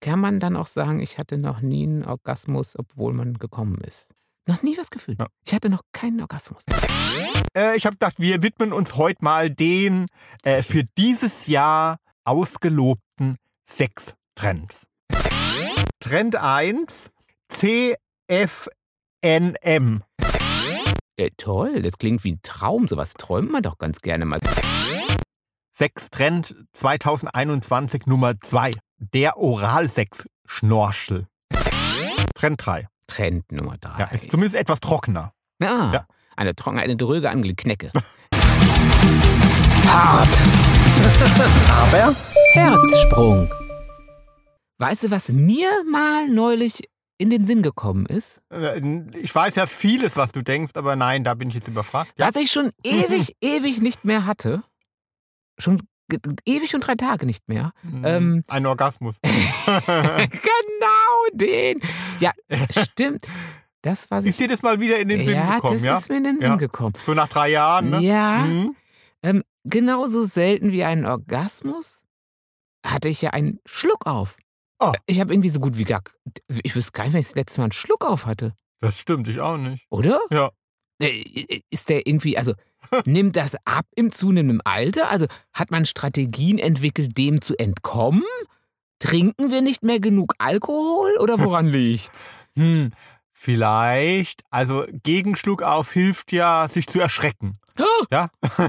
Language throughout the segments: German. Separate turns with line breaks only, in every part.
Kann man dann auch sagen, ich hatte noch nie 'n Orgasmus, obwohl man gekommen ist? Noch nie was gefühlt?
Ja.
Ich hatte noch keinen Orgasmus.
Äh, ich habe gedacht, wir widmen uns heute mal den, äh, für dieses Jahr ausgelobten Sextrends. Trend 1, CFNM.
Äh, toll, das klingt wie 'n Traum. So was träumt man doch ganz gerne mal.
Sextrend 2021 Nummer 2, der Oralsex-Schnorchel. Trend 3.
Trend Nummer 3.
Ja, ist zumindest etwas trockener.
Ah,
Ja.
eine trockene, eine dröge angele Knecke.
Hart. Aber
Herzsprung. Weißt du, was mir mal neulich in den Sinn gekommen ist?
Äh, Ich weiß ja vieles, was du denkst, aber nein, da bin ich jetzt überfragt. Ja,
Was ich schon ewig, ewig nicht mehr hatte. Schon ge- ewig und drei Tage nicht mehr. ähm,
Hm, ein Orgasmus.
genau den. Ja, stimmt. Das, was
Ist
ich.
dir das mal wieder in den Sinn
ja,
gekommen,
das
ja?
ist mir in den Sinn
Ja.
gekommen.
So nach drei Jahren, ne?
Ja,
Mhm.
ähm, genauso selten wie einen Orgasmus hatte ich ja einen Schluck auf.
Oh.
Ich habe irgendwie so gut wie gar. Ich wüsste gar nicht, wenn ich das letzte Mal einen Schluck auf hatte.
Das stimmt, ich auch nicht.
Oder?
Ja.
Äh, Ist der irgendwie, also nimmt das ab im zunehmenden Alter? Also hat man Strategien entwickelt, dem zu entkommen? Trinken wir nicht mehr genug Alkohol oder woran liegt's?
Hm, vielleicht. Also Gegenschluck auf hilft ja, sich zu erschrecken. Ja?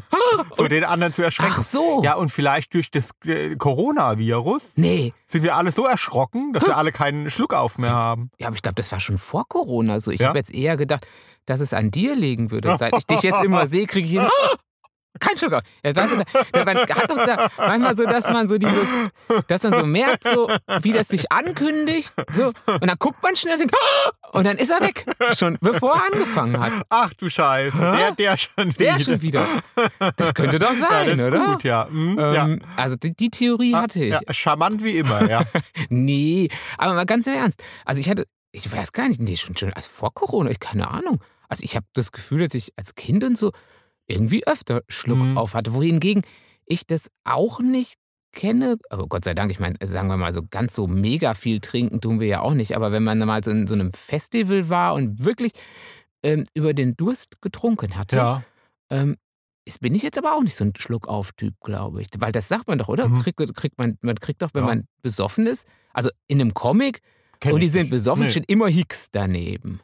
so den anderen zu erschrecken.
Ach so.
Ja, und vielleicht durch das äh, Coronavirus
Nee,
sind wir alle so erschrocken, dass wir alle keinen Schluck auf mehr haben.
ja, aber ich glaube, das war schon vor Corona so. Ich
Ja?
habe jetzt eher gedacht, dass es an dir liegen würde. Seit ich dich jetzt immer sehe, kriege ich jetzt, ah, kein Sugar. Jetzt weißt du, da, man hat doch da manchmal so, dass man so dieses, dass man so merkt, so, wie das sich ankündigt. So, und dann guckt man schnell und denkt, ah, und dann ist er weg. Schon bevor er angefangen hat.
Ach du Scheiße, der, der schon
Der schon wieder. Das könnte doch sein,
ja, das ist
oder?
gut, ja. Hm, ja. Ah,
Ähm, Also die, die Theorie hatte ich.
ja. Charmant wie immer, ja.
Nee, aber mal ganz im Ernst. Also ich hatte, ich weiß gar nicht, nee, schon, schon als vor Corona, ich keine Ahnung. Also ich habe das Gefühl, dass ich als Kind und so irgendwie öfter Schluck
Mhm.
auf hatte. Wohingegen ich das auch nicht kenne. Aber Gott sei Dank, ich meine, sagen wir mal so, ganz so mega viel trinken tun wir ja auch nicht. Aber wenn man mal so in so einem Festival war und wirklich ähm, über den Durst getrunken hatte, ähm, ist, bin ich jetzt aber auch nicht so ein Schluckauf-Typ, glaube ich. Weil das sagt man doch, oder?
Mhm.
Kriegt, kriegt man, man kriegt doch, wenn
Ja.
man besoffen ist, also in einem Comic,
Kenn
und die
ich
sind
nicht.
besoffen,
Nee.
steht immer Hicks daneben.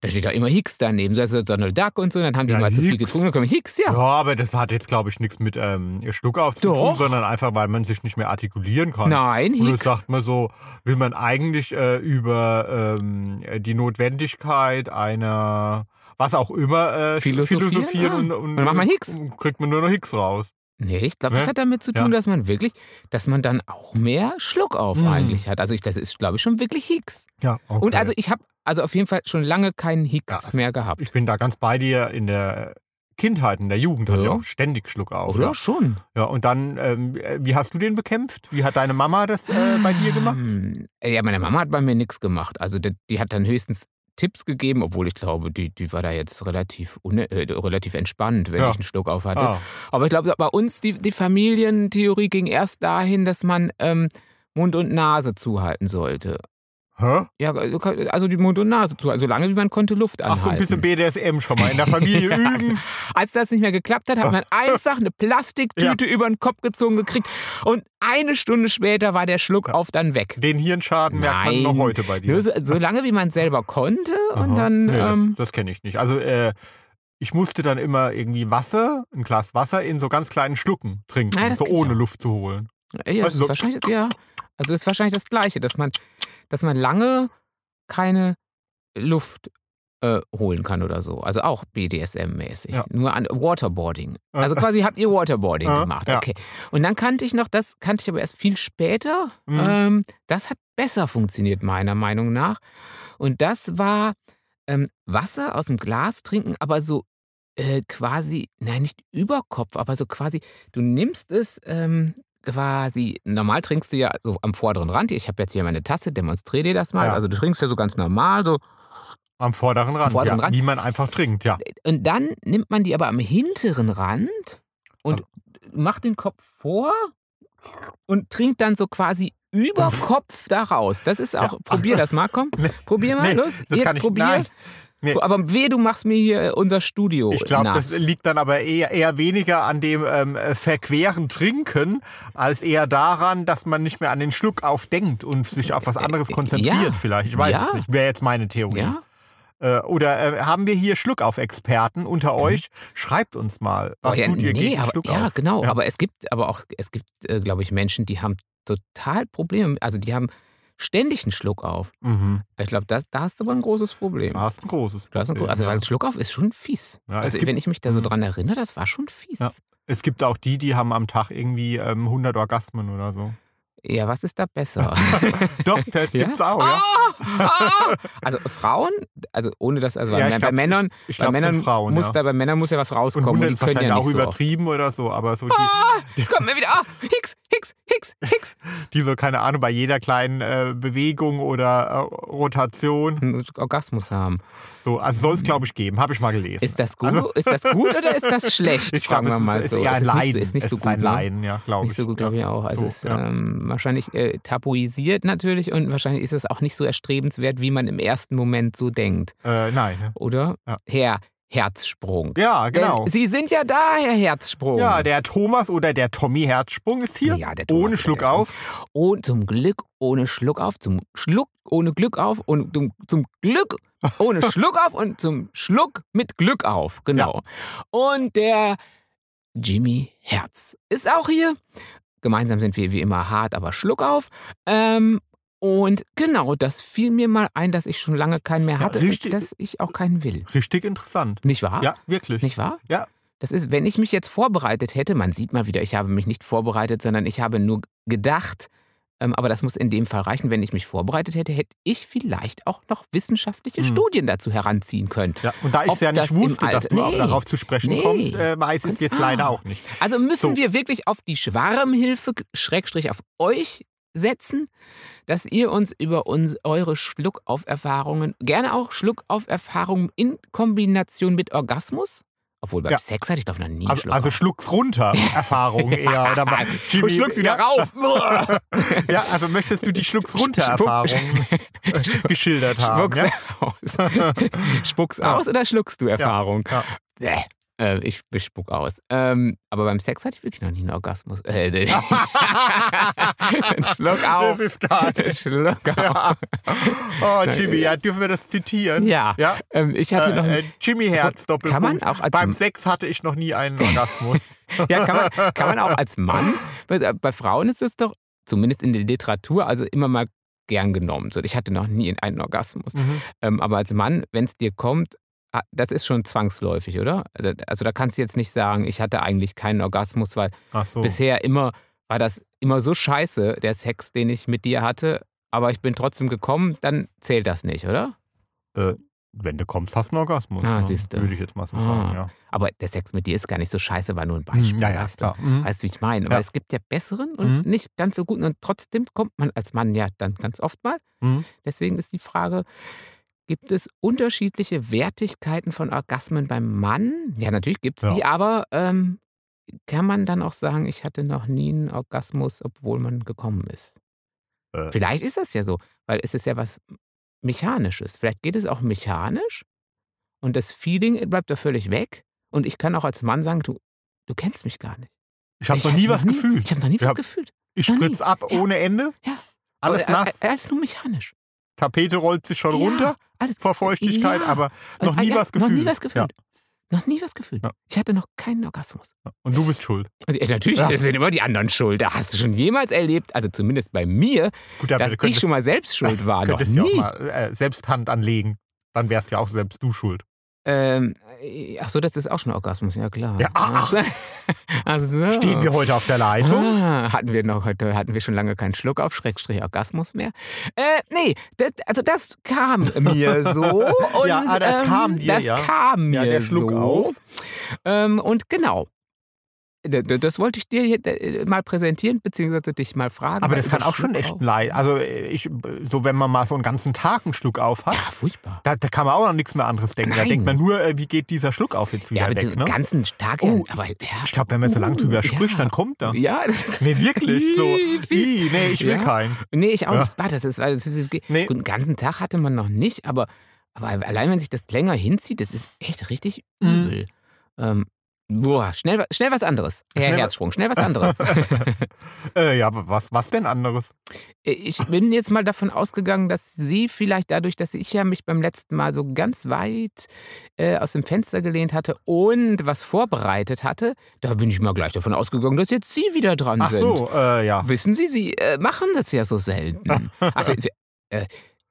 Da steht ja immer Hicks daneben. So ist das Donald Duck und so, dann haben die
Ja,
mal zu viel
Hicks.
getrunken. Dann kommen Hicks, ja.
Ja, aber das hat jetzt, glaube ich, nichts mit ähm, Schluck auf zu tun,
Doch.
sondern einfach, weil man sich nicht mehr artikulieren kann.
Nein,
Oder
Hicks.
sagt man so, will man eigentlich äh, über ähm, die Notwendigkeit einer, was auch immer, äh,
Philosophieren?
philosophieren
Ah.
und, und,
Dann macht man Hicks.
und kriegt man nur noch Hicks raus.
Nee, ich glaube, das
Ne?
hat damit zu
Ja.
tun, dass man wirklich, dass man dann auch mehr Schluck auf
Mhm.
eigentlich hat. Also ich, das ist, glaube ich, schon wirklich Hicks.
Ja, okay.
Und also ich habe also auf jeden Fall schon lange keinen Hicks
Ja, also
mehr gehabt.
ich bin da ganz bei dir in der Kindheit, in der Jugend, hatte ich
Ja.
auch ständig Schluck auf.
Oder
Ja.
schon?
ja, und dann, ähm, wie hast du den bekämpft? Wie hat deine Mama das äh, bei dir gemacht?
Ähm, Ja, meine Mama hat bei mir nichts gemacht. Also die, die hat dann höchstens Tipps gegeben, obwohl ich glaube, die, die war da jetzt relativ, une, äh, relativ entspannt, wenn
Ja.
ich einen Schluck auf hatte.
Ah.
Aber ich glaube, bei uns, die, die Familientheorie ging erst dahin, dass man ähm, Mund und Nase zuhalten sollte.
Hä?
Ja, also die Mund und Nase zuhalten, solange wie man konnte Luft anhalten.
Ach, so ein bisschen BDSM schon mal in der Familie
Ja,
üben.
Als das nicht mehr geklappt hat, hat man einfach eine Plastiktüte über den Kopf gezogen gekriegt und eine Stunde später war der Schluck auf dann weg.
Den Hirnschaden merkt man noch
Nein.
heute bei dir.
Nur so, solange wie man selber konnte und
Aha.
dann.
Nee, das
ähm,
das kenne ich nicht. Also, äh, ich musste dann immer irgendwie Wasser, ein Glas Wasser in so ganz kleinen Schlucken trinken,
Ah, das
so
geht
ohne
ja.
Luft zu holen.
ja, das
weißt du,
ist
so-
wahrscheinlich, ja, also ist wahrscheinlich das Gleiche, dass man, dass man lange keine Luft äh, holen kann oder so. Also auch BDSM-mäßig.
Ja.
Nur an Waterboarding. Also quasi habt ihr Waterboarding
Ja,
gemacht.
ja.
Okay. Und dann kannte ich noch, das kannte ich aber erst viel später.
Mhm.
Ähm, das hat besser funktioniert, meiner Meinung nach. Und das war ähm, Wasser aus dem Glas trinken, aber so äh, quasi, nein, nicht über Kopf, aber so quasi, du nimmst es ähm, quasi, normal trinkst du ja so am vorderen Rand. Ich habe jetzt hier meine Tasse, demonstriere dir das mal.
Ja.
Also du trinkst ja so ganz normal, so
Am vorderen Rand,
vorderen
ja,
Rand?
wie man einfach trinkt, ja.
und dann nimmt man die aber am hinteren Rand und macht den Kopf vor und trinkt dann so quasi über Kopf da raus. Das ist auch. Probier das mal, komm. Probier mal,
Nee,
los.
das
Jetzt
kann ich-
probier.
nein. Nee.
Aber weh, du machst mir hier unser Studio.
Ich glaube,
Oh, nass.
das liegt dann aber eher, eher weniger an dem ähm, äh, verqueren Trinken, als eher daran, dass man nicht mehr an den Schluck aufdenkt und sich auf was anderes konzentriert
Ja.
vielleicht. Ich weiß
Ja.
es nicht, wäre jetzt meine Theorie.
Ja?
Äh, oder äh, haben wir hier Schluckauf-Experten unter euch? Schreibt uns mal, was
Mhm. Oh ja,
tut ihr gegen
aber,
Schluckauf?
Ja, genau.
Ja.
Aber es gibt aber auch, es gibt, äh, glaube ich, Menschen, die haben total Probleme. Also die haben ständig einen Schluck auf.
Mhm.
Ich glaube, da, da hast du aber ein großes Problem.
Das ist ein großes
Das ist ein gro-
Problem,
also
Ah, ja.
weil Schluck auf ist schon fies.
Ja, es
also
gibt-
wenn ich mich da so
Mhm.
dran erinnere, das war schon fies.
Ja.
Ja,
Es gibt auch die, die haben am Tag irgendwie ähm, 100 Orgasmen oder so.
was ist da besser?
Doch, das
Ja?
gibt's auch, ja.
Ah, ah! Also Frauen, also ohne das, also
ja,
bei,
ich
bei
glaub's-
Männern,
ich, ich
bei
glaub's sind
Männern
Frauen,
muss
ja.
da bei Männern muss ja was
Und
rauskommen und,
100
die
ist
können
wahrscheinlich
ja
auch
nicht so. oft.
übertrieben oder so, aber so
Ah, es kommt mir wieder. Ah, Hicks, Hicks, Hicks, Hicks.
die, die so, keine Ahnung, bei jeder kleinen äh, Bewegung oder äh, Rotation.
Einen Orgasmus haben.
So, also soll es, glaube ich, geben. Habe ich mal gelesen.
Ist das gut? ist das gut oder ist das schlecht?
Also- ich
Fragen
glaube, es
wir mal
ist,
so.
ist eher ein
es ist nicht,
Leiden.
so- ist nicht
es
so
ist
gut.
ein
ne?
Leiden, ja, glaube ich.
Nicht so gut, glaube ich auch. Also
So,
es ist
ja.
ähm, wahrscheinlich äh, tabuisiert natürlich und wahrscheinlich ist es auch nicht so erstrebenswert, wie man im ersten Moment so denkt,
Äh, nein.
oder?
Ja.
Herr Herzsprung.
Ja, genau.
Denn Sie sind ja da, Herr Herzsprung.
Ja, der Thomas oder der Tommy Herzsprung ist hier.
Ja, der Thomas
ohne
ist
Schluck
der Tom.
auf.
Und Oh, zum Glück ohne Schluck auf, zum Schluck ohne Glück auf und zum, zum Glück ohne Schluck auf und zum Schluck mit Glück auf. Genau. Und der Jimmy Herz ist auch hier. Gemeinsam sind wir wie immer hart, aber Schluck auf. Ähm, und genau, das fiel mir mal ein, dass ich schon lange keinen mehr
Ja,
hatte
richtig.
und dass ich auch keinen will.
Richtig interessant.
Nicht wahr?
Ja, wirklich.
Nicht wahr?
Ja.
Das ist, wenn ich mich jetzt vorbereitet hätte, man sieht mal wieder, ich habe mich nicht vorbereitet, sondern ich habe nur gedacht, ähm, aber das muss in dem Fall reichen, wenn ich mich vorbereitet hätte, hätte ich vielleicht auch noch wissenschaftliche
Hm.
Studien dazu heranziehen können.
Ja, und da ich
Ob
es ja
das
nicht
im
wusste, dass
Alter-
du
Nee.
darauf zu sprechen
Nee.
kommst, äh, weiß ich es
Ganz-
jetzt leider
ah.
auch nicht.
Also müssen
So.
wir wirklich auf die Schwarmhilfe, Schrägstrich auf euch setzen, dass ihr uns über uns, eure Schluckauf-Erfahrungen, gerne auch Schluckauf-Erfahrungen in Kombination mit Orgasmus, obwohl beim
Ja.
Sex hatte ich doch noch nie einen
Also,
Schluck
also Schlucks runter Erfahrung eher. Oder mal Jimmy,
ich schluck's wieder
ja,
rauf.
Ja, also möchtest du die Schlucks runter
Spuck-
Erfahrung äh, geschildert haben?
Spuck's
Ja?
aus. Spuck's
Ja.
aus oder schluckst du Erfahrung?
Ja.
Bäh. Äh, ich, ich spuck aus. Ähm, aber beim Sex hatte ich wirklich noch nie einen Orgasmus. Äh, den- Schluck
Das
auf.
ist gar nicht.
Schluck auf.
Ja. Oh, Jimmy, ja, dürfen wir das zitieren?
Ja.
Ja?
Ähm, ich hatte
Äh,
noch.
äh, Jimmy Herz, Doppelpunkt.
Kann man also- auch als-
Beim Sex hatte ich noch nie einen Orgasmus.
Ja, kann man, kann man auch als Mann. Bei, äh, bei Frauen ist es doch, zumindest in der Literatur, also immer mal gern genommen. So, ich hatte noch nie einen Orgasmus.
Mhm.
Ähm, aber als Mann, wenn es dir kommt, ah, das ist schon zwangsläufig, oder? Also- Also da kannst du jetzt nicht sagen, ich hatte eigentlich keinen Orgasmus, weil
Ach so.
bisher immer war das immer so scheiße, der Sex, den ich mit dir hatte, aber ich bin trotzdem gekommen, dann zählt das nicht, oder?
Wenn du kommst, hast du einen Orgasmus.
Ah,
ne?
siehst du.
Würde ich jetzt mal so
Ah.
sagen, ja.
Aber der Sex mit dir ist gar nicht so scheiße, war nur ein Beispiel.
Hm, ja, ja,
weißt du?
klar. Mhm.
Weißt du, wie ich meine? Aber
Ja.
es gibt ja besseren und
Mhm.
nicht ganz so guten. Und trotzdem kommt man als Mann ja dann ganz oft mal.
Mhm.
Deswegen ist die Frage, gibt es unterschiedliche Wertigkeiten von Orgasmen beim Mann? Ja, natürlich gibt es
Ja.
die, aber ähm, kann man dann auch sagen, ich hatte noch nie einen Orgasmus, obwohl man gekommen ist?
Äh.
Vielleicht ist das ja so, weil es ist ja was Mechanisches. Vielleicht geht es auch mechanisch und das Feeling bleibt da völlig weg. Und ich kann auch als Mann sagen, du, du kennst mich gar nicht.
Ich habe noch nie was gefühlt.
Ich habe noch nie
Ja.
was gefühlt.
Ich
Noch nie.
spritz ab
Ja.
ohne Ende.
Ja.
Alles
Aber, äh,
nass.
äh, Alles nur mechanisch.
Tapete rollt sich schon
Ja,
runter
Alles
vor Feuchtigkeit,
Ja.
aber noch
Ah,
nie
ja,
was gefühlt.
Noch nie was
Ja.
gefühlt. Noch nie was gefühlt.
Ja.
Ich hatte noch keinen Orgasmus.
Und du bist schuld.
Und, äh, natürlich,
Ja.
das sind immer die anderen schuld. Da hast du schon jemals erlebt, also zumindest bei mir,
Gut, aber
dass
du
ich
könntest,
schon mal selbst schuld war. Noch
könntest ja auch
nie.
mal äh, selbst Hand anlegen. Dann wärst ja auch selbst du schuld.
Ähm, äh, ach so, das ist auch schon Orgasmus, ja klar.
Ja, ach.
Ach so.
Stehen wir heute auf der Leitung?
Ah, hatten wir noch heute, hatten wir schon lange keinen Schluck auf Schrägstrich Orgasmus mehr. Äh, nee, das, also das kam mir so. Und,
Ja, ah, das
ähm,
kam dir,
Das
ja.
kam mir
Ja, der Schluck
so.
auf.
Ähm, und genau. D- d- Das wollte ich dir hier, äh, mal präsentieren, beziehungsweise dich mal fragen.
Aber
weil
das kann
über
auch schon
Schluck
echt
auf-
leid. Also ich, so wenn man mal so einen ganzen Tag einen Schluck auf hat,
Ja, furchtbar.
da, da kann man auch an nichts mehr anderes denken. Da
Nein.
denkt man nur, äh, wie geht dieser Schluck auf jetzt wieder
Ja,
weg.
beziehungsweise
Ne?
den ganzen Tag.
Oh,
ja, aber, ja.
Ich glaube, wenn man so lange
Uh,
drüber
Ja.
spricht, dann kommt er.
Ja,
Nee, wirklich. So.
Ih, fies.
Ih, nee, ich will
Ja.
keinen.
nee, ich auch
Ja.
nicht. Bah, das ist, das ist
Nee.
Gut, einen ganzen Tag hatte man noch nicht, aber, aber allein wenn sich das länger hinzieht, das ist echt richtig
Mhm.
übel. Ähm, boah, schnell, wa- schnell was anderes. Herr
Schnell wa-
Herzsprung, schnell was anderes.
Äh, ja, was, was denn anderes?
ich bin jetzt mal davon ausgegangen, dass Sie vielleicht dadurch, dass ich ja mich beim letzten Mal so ganz weit äh, aus dem Fenster gelehnt hatte und was vorbereitet hatte, da bin ich mal gleich davon ausgegangen, dass jetzt Sie wieder dran
Ach
sind.
so, äh, ja.
Wissen Sie, Sie äh, machen das ja so selten. Ach, wir, wir, äh,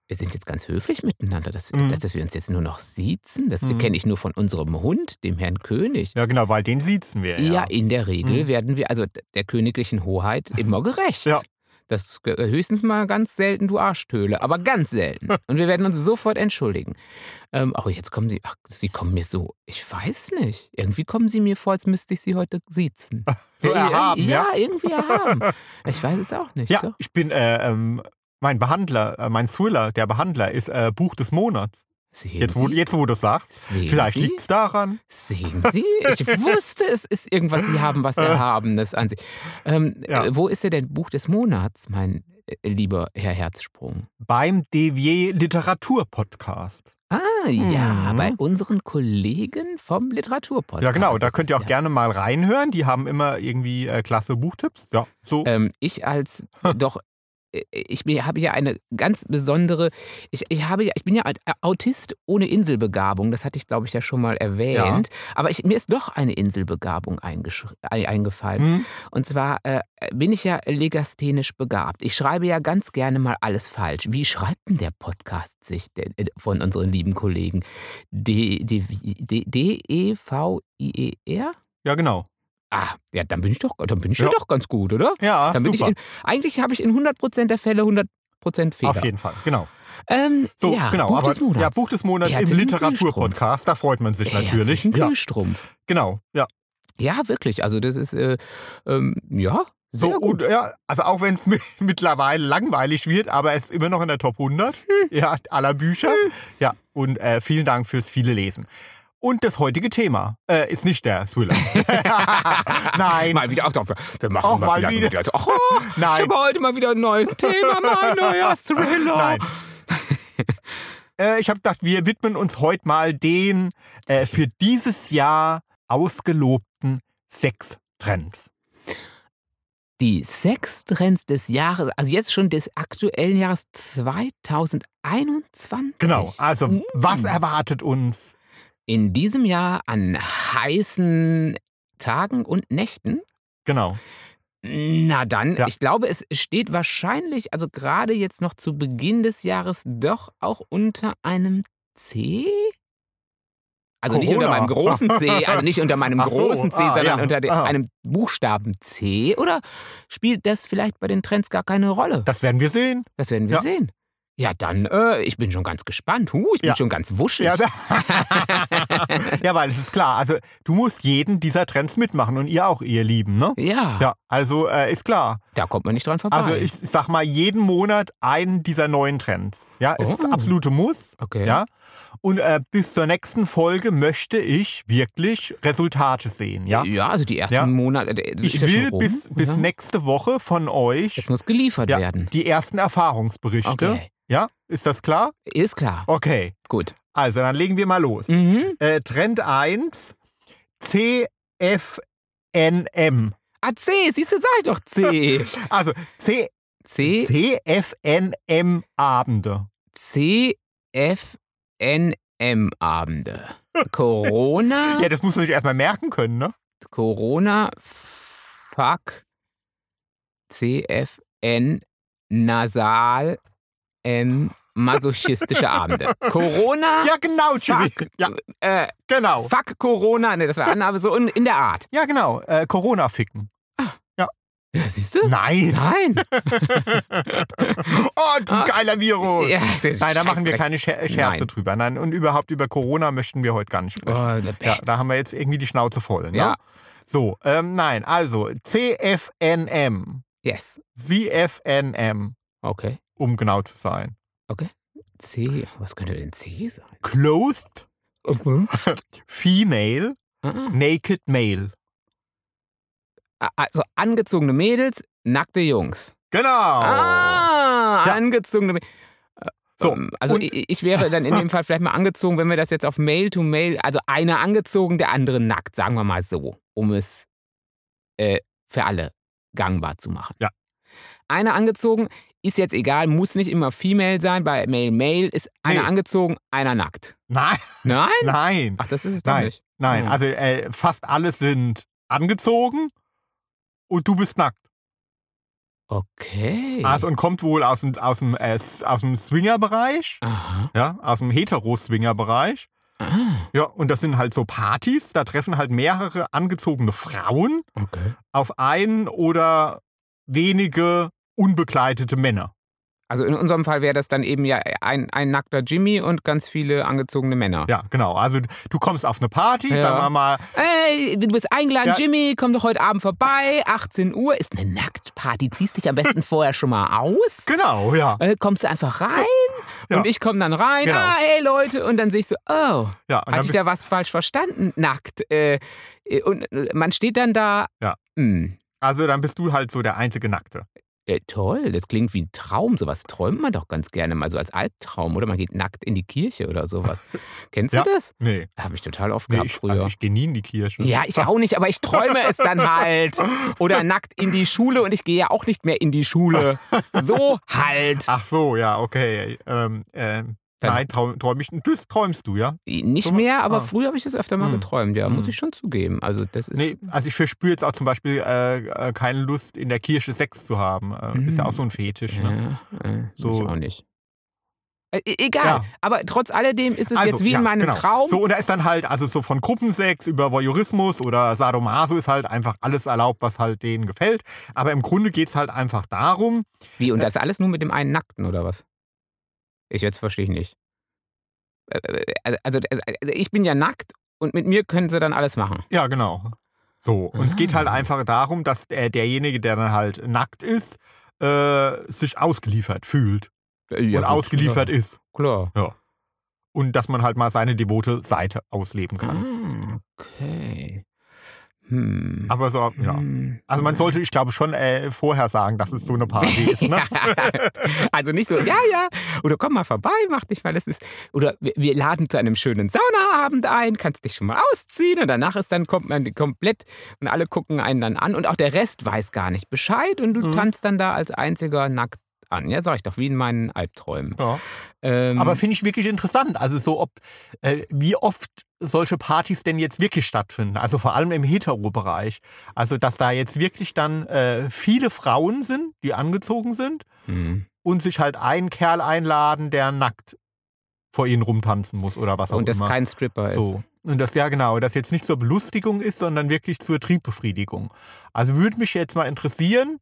wir sind jetzt ganz höflich miteinander, dass,
Mhm.
dass, dass wir uns jetzt nur noch siezen. Das
Mhm.
kenne ich nur von unserem Hund, dem Herrn König.
Ja, genau, weil den siezen wir.
Ja,
Ja,
in der Regel
Mhm.
werden wir also d- der königlichen Hoheit immer gerecht.
Ja.
Das ge- äh, höchstens mal ganz selten, du Arschtöhle, aber ganz selten. Und wir werden uns sofort entschuldigen. Ähm, aber jetzt kommen sie, ach, sie kommen mir so, ich weiß nicht. Irgendwie kommen sie mir vor, als müsste ich sie heute siezen.
So
Ja,
erhaben, ja?
Äh, Ja, irgendwie erhaben. Ich weiß es auch nicht.
ja
Doch.
ich bin, äh, ähm, mein Behandler, äh, mein Thriller, der Behandler, ist äh, Buch des Monats.
Sehen
Jetzt wo,
Sie?
jetzt, wo du sagst,
Sehen
vielleicht
Sie?
liegt es daran.
Sehen Sie? Ich wusste, es ist irgendwas, Sie haben was Erhabenes an sich. Ähm,
Ja.
äh, Wo ist denn dein Buch des Monats, mein äh, lieber Herr Herzsprung?
Beim Devier Literatur Podcast.
Ah, ja,
Mhm.
bei unseren Kollegen vom Literaturpodcast.
Ja, genau, da
Das
könnt
ist
ihr auch gerne mal reinhören. Die haben immer irgendwie äh, klasse Buchtipps. Ja, so.
Ähm, ich als doch äh, ich bin- habe ja eine ganz besondere ich, ich habe ja ich bin ja ein äh, Autist ohne Inselbegabung, das hatte ich glaube ich ja schon mal erwähnt, aber ich, mir ist doch eine Inselbegabung eingesch- ein- eingefallen.
Hm?
Und zwar äh, bin ich ja legasthenisch begabt. Ich schreibe ja ganz gerne mal alles falsch. Wie schreibt denn der Podcast sich denn äh, von unseren lieben Kollegen D D D, D E V I E R?
Ja, genau.
Ah, ja, dann bin ich doch dann bin ich ja
Ja.
doch ganz gut, oder?
Ja,
Dann bin ich
super.
in, eigentlich habe ich in 100% der Fälle 100% Fehler.
Auf jeden Fall, genau.
Ähm,
So,
ja,
genau.
Buch
aber,
des Monats.
Ja, Buch des Monats im
Herzlichen Äh,
Literaturpodcast. Da freut man sich natürlich.
Herzlichen
Ja,
Glühstrumpf.
genau. Ja.
Ja, wirklich. Also das ist, äh, ähm, ja,
So,
sehr gut.
und, ja, also auch wenn es mi- mittlerweile langweilig wird, aber es ist immer noch in der Top 100
Hm.
ja, aller Bücher. Ja, und äh, vielen Dank fürs viele Lesen. Und das heutige Thema äh, ist nicht der Thriller. Nein,
Mal wieder, ach doch, wir- wir machen
Auch
mal,
mal
wieder.
wieder.
wieder. Ach, oh, Ich
Nein.
habe heute mal wieder ein neues Thema, mein neuer Thriller.
Nein. äh, ich habe gedacht, wir widmen uns heute mal den äh, für dieses Jahr ausgelobten sechs Trends.
Die Sextrends des Jahres, also jetzt schon des aktuellen Jahres 2021.
Genau, also
Mm.
was erwartet uns?
In diesem Jahr an heißen Tagen und Nächten.
Genau.
Na dann,
Ja.
ich glaube, es steht wahrscheinlich, also gerade jetzt noch zu Beginn des Jahres, doch auch unter einem C? Also nicht unter
Corona.
meinem großen C, also nicht unter meinem
Ach so,
großen C,
ah,
sondern
ja,
unter de-
ah.
einem Buchstaben C. Oder spielt das vielleicht bei den Trends gar keine Rolle?
Das werden wir sehen.
Das werden wir
Ja.
sehen. Ja, dann, äh, ich bin schon ganz gespannt. Huh, ich bin
Ja.
schon ganz wuschig.
Ja, ja, weil es ist klar, also du musst jeden dieser Trends mitmachen und ihr auch, ihr Lieben, ne?
Ja,
Ja, also äh, ist klar.
da kommt man nicht dran vorbei.
Also ich, ich sag mal, jeden Monat einen dieser neuen Trends. Ja, es ist
Oh.
absolute Muss.
okay.
Ja. Und äh, bis zur nächsten Folge möchte ich wirklich Resultate sehen. Ja.
Ja, also die ersten
Ja.
Monate. äh, ist
Ich
ja schon
will
rum.
bis, bis
ja.
nächste Woche von
Es
euch
muss geliefert
Ja.
werden.
die ersten Erfahrungsberichte.
Okay.
Ja, ist das klar?
Ist klar.
Okay.
Gut.
Also, dann legen wir mal los.
Mhm.
Äh, Trend 1, CFNM.
Ah, C, siehst du, sag ich doch C.
Also C
C,
CFNM-Abende.
C, F, N, M Abende. Corona,
Ja, das musst du dich erstmal merken können, ne?
Corona, fuck, C, F, N, nasal, M, masochistische Abende. Corona,
Ja, genau, Jimmy.
Fuck.
Ja,
äh,
genau.
fuck Corona, ne, das war Annahme so in, in der Art.
Ja, genau. Äh, Corona-Ficken.
Ja, siehst du?
Nein.
Nein.
Oh, du geiler
Ah.
Virus.
Ja,
Nein, da machen wir
Scheißdreck.
keine Scher Scherze
Nein.
drüber. Nein, und überhaupt über Corona möchten wir heute gar nicht
Oh,
sprechen.
der Pech.
Ja, da haben wir jetzt irgendwie die Schnauze voll. Ne?
Ja.
So, ähm, nein, also CFNM.
Yes.
CFNM,
Okay.
um genau zu sein.
C. Was könnte denn C sein?
Closed Female
Ah,
Naked Male.
Also angezogene Mädels, nackte Jungs.
Genau.
Ah,
Ja.
angezogene Mädels.
So,
also
Ähm, und-
ich, ich wäre dann in dem Fall vielleicht mal angezogen, wenn wir das jetzt auf Mail to Mail, also einer angezogen, der andere nackt, sagen wir mal so, um es äh, für alle gangbar zu machen.
Ja.
Einer angezogen ist jetzt egal, muss nicht immer Female sein, bei Mail Mail ist einer
Nee.
angezogen, einer nackt.
Nein,
Nein?
nein,
Ach, das ist es doch
Nein.
nicht.
nein.
Hm.
Also äh, fast alles sind angezogen und du bist nackt.
Okay.
Also und kommt wohl aus dem, aus dem, äh, s- aus dem Swinger-Bereich,
Aha.
ja, aus dem Hetero-Swinger-Bereich.
Ah,
Ja, und das sind halt so Partys, da treffen halt mehrere angezogene Frauen
okay.
auf einen oder wenige unbekleidete Männer.
Also in unserem Fall wäre das dann eben ja ein, ein nackter Jimmy und ganz viele angezogene Männer.
Ja, genau. Also du kommst auf eine Party,
Ja.
sagen wir mal,
Hey, du bist eingeladen,
Ja.
Jimmy, komm doch heute Abend vorbei, 18 Uhr, ist eine Nacktparty, ziehst dich am besten vorher schon mal aus.
genau, ja.
Äh, Kommst du einfach rein
Ja.
und ich komme dann rein,
Genau.
ah, hey Leute, und dann sehe ich so, oh,
ja und dann
hatte ich
bist-
da was falsch verstanden, nackt. Äh, äh, und äh, man steht dann da,
Ja.
hm,
Also dann bist du halt so der einzige Nackte.
äh, toll, das klingt wie ein Traum, sowas träumt man doch ganz gerne mal so als Albtraum, oder man geht nackt in die Kirche oder sowas. Kennst
Ja.
du das?
Nee,
Habe ich total oft
nee
gehabt
ich,
früher.
also ich gehe nie in die Kirche.
Ja, ich auch nicht, aber ich träume es dann halt. Oder nackt in die Schule und ich gehe ja auch nicht mehr in die Schule. So halt.
Ach so, ja, okay. Ähm, ähm,
Dann-
nein, trau- träum ich, das träumst du, ja?
Nicht
so ma-
mehr, aber
ah.
früher habe ich das öfter mal
Hm.
geträumt, ja, muss
Hm.
ich schon zugeben. Also das ist.
Nee, also ich verspüre jetzt auch zum Beispiel äh, äh, keine Lust, in der Kirche Sex zu haben. Äh, Ist ja
Mhm.
auch so ein Fetisch,
ja,
ne?
äh,
So.
Ich auch nicht. Äh, e- egal,
Ja.
aber trotz alledem ist es
Also,
jetzt wie in
ja,
meinem
genau.
Traum.
So, und da ist dann halt, also so von Gruppensex über Voyeurismus oder Sadomaso ist halt einfach alles erlaubt, was halt denen gefällt. Aber im Grunde geht es halt einfach darum,
Wie, und
äh
das alles nur mit dem einen Nackten oder was? Ich jetzt verstehe ich nicht. Äh, äh, Also, also, also ich bin ja nackt und mit mir können sie dann alles machen.
ja, genau. So, und es geht halt
Ah.
einfach darum, dass äh, derjenige, der dann halt nackt ist, äh, sich ausgeliefert fühlt
Äh, ja,
und
gut,
ausgeliefert
klar.
ist.
Klar.
Und dass man halt mal seine devote Seite ausleben kann.
Ah, okay. Hm.
Aber so, ja.
Hm.
Also man sollte, ich glaube, schon äh, vorher sagen, dass es so eine Party ist, ne?
also nicht so, ja, ja, oder komm mal vorbei, mach dich mal, das ist, oder wir, wir laden zu einem schönen Saunaabend ein, kannst dich schon mal ausziehen und danach ist dann kommt man komplett und alle gucken einen dann an und auch der Rest weiß gar nicht Bescheid und du
Mhm.
tanzt dann da als einziger nackt an. Ja, sag ich doch, wie in meinen Albträumen.
Ja.
Ähm,
Aber finde ich wirklich interessant. Also so, ob äh, wie oft solche Partys denn jetzt wirklich stattfinden. Also vor allem im Hetero-Bereich. Also dass da jetzt wirklich dann äh, viele Frauen sind, die angezogen sind
hm.
und sich halt einen Kerl einladen, der nackt vor ihnen rumtanzen muss oder was auch
und das
immer.
kein Stripper ist.
so. Und das ja genau, das jetzt nicht zur Belustigung ist, sondern wirklich zur Triebbefriedigung. Also würde mich jetzt mal interessieren,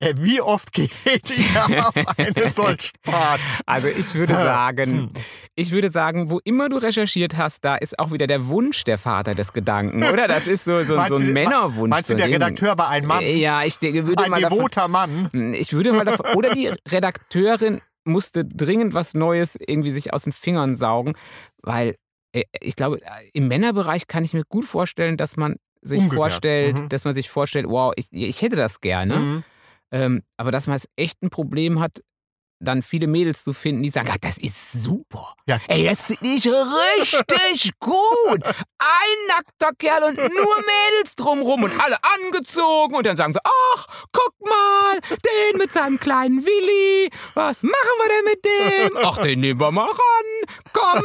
äh, wie oft geht ihr auf eine solche Party?
Also ich würde sagen,
Hm.
ich würde sagen, wo immer du recherchiert hast, da ist auch wieder der Wunsch der Vater des Gedanken, oder? Das ist so, so,
Meinst
so ein
du-
Männerwunsch.
Meinst
so
du, der
ein Ding.
Redakteur war ein Mann?
Ja, ich denke, äh, würde
ein
mal davon, Hm,
devoter Mann?
ich würde mal davon, oder die Redakteurin musste dringend was Neues irgendwie sich aus den Fingern saugen, weil äh, ich glaube, im Männerbereich kann ich mir gut vorstellen, dass man sich
Umgekehrt.
vorstellt,
Mhm.
dass man sich vorstellt, wow, ich, ich hätte das gerne.
Mhm.
Ähm, aber dass man es echt ein Problem hat, dann viele Mädels zu finden, die sagen, ach, das ist super.
Ja.
Ey, das finde ich richtig gut. Ein nackter Kerl und nur Mädels drumrum und alle angezogen. Und dann sagen sie, ach, guck mal, den mit seinem kleinen Willi. Was machen wir denn mit dem? Ach, den nehmen wir mal ran. Komm,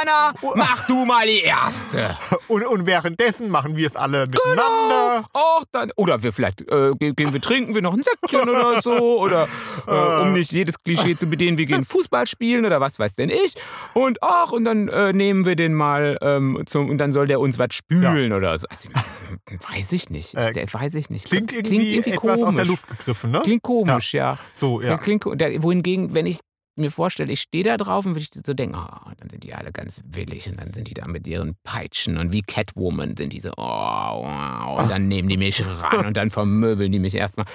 Erna, mach du mal die Erste.
Und, und währenddessen machen wir es alle
Genau!
miteinander.
Auch dann. Oder wir vielleicht äh, ge- gehen wir trinken wir noch ein Säckchen oder so. Oder äh, um nicht jedes Klischee zu bedienen, wir gehen Fußball spielen oder was weiß denn ich. Und ach, und dann äh, nehmen wir den mal ähm, zum und dann soll der uns was spülen oder so. Also, weiß ich nicht.
Äh,
Der- weiß ich nicht.
Klingt irgendwie, etwas aus der Luft gegriffen, ne?
Klingt komisch, ja.
so, ja.
Klingt, ko- da- wohingegen, wenn ich mir vorstelle, ich stehe da drauf und würde ich so denken, oh, dann sind die alle ganz willig und dann sind die da mit ihren Peitschen und wie Catwoman sind die so, oh, wow.
Ah.
und dann nehmen die mich ran und dann vermöbeln die mich erstmal.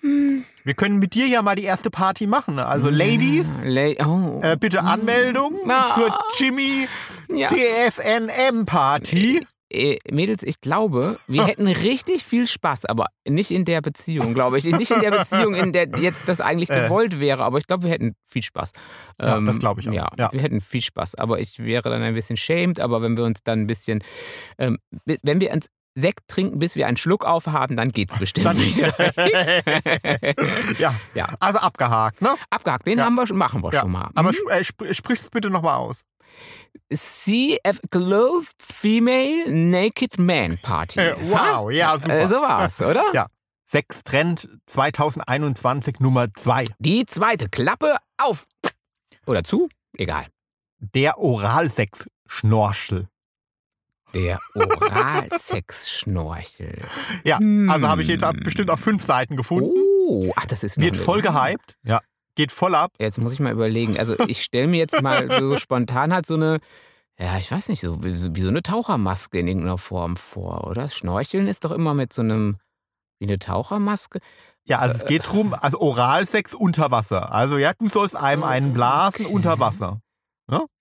Hm. Wir können mit dir ja mal die erste Party machen. Also
Mhm.
Ladies,
La oh.
äh, bitte Anmeldung
Ah.
zur Jimmy
Ja.
CFNM Party.
Äh, Mädels, ich glaube, wir hätten richtig viel Spaß, aber nicht in der Beziehung, glaube ich. Nicht in der Beziehung, in der jetzt das eigentlich
Äh.
gewollt wäre, aber ich glaube, wir hätten viel Spaß. Ähm,
Ja, das glaube ich auch.
Ja,
Ja.
wir hätten viel Spaß, aber ich wäre dann ein bisschen schämt, aber wenn wir uns dann ein bisschen, ähm, bi- wenn wir uns Sekt trinken, bis wir einen Schluck aufhaben, dann geht's bestimmt
Dann-
wieder.
Ja.
ja,
Also abgehakt, ne?
abgehakt, den
Ja.
haben wir schon, machen wir
Ja.
schon mal.
Aber
Hm?
sp äh, sp sprich's bitte nochmal aus.
CF Clothed Female Naked Man Party.
Äh,
Ha?
wow, ja, super.
Äh, so war's, oder?
Ja. Sextrend 2021 Nummer 2.
Die zweite Klappe auf. Oder zu? Egal.
Der Oralsex-Schnorchel.
Der Oralsex-Schnorchel.
Ja,
Hm.
also habe ich jetzt ab- bestimmt auf fünf Seiten gefunden.
Oh, ach, das ist noch
Wird
eine-
voll gehypt. Ja. Geht voll ab.
Jetzt muss ich mal überlegen. Also, ich stelle mir jetzt mal so spontan halt so eine, ja, ich weiß nicht, so wie, so- wie so eine Tauchermaske in irgendeiner Form vor, oder? Das Schnorcheln ist doch immer mit so einem, wie eine Tauchermaske.
Ja, also
Äh.
es geht drum, also Oralsex unter Wasser. Also ja, du sollst einem einen blasen
Okay.
unter Wasser.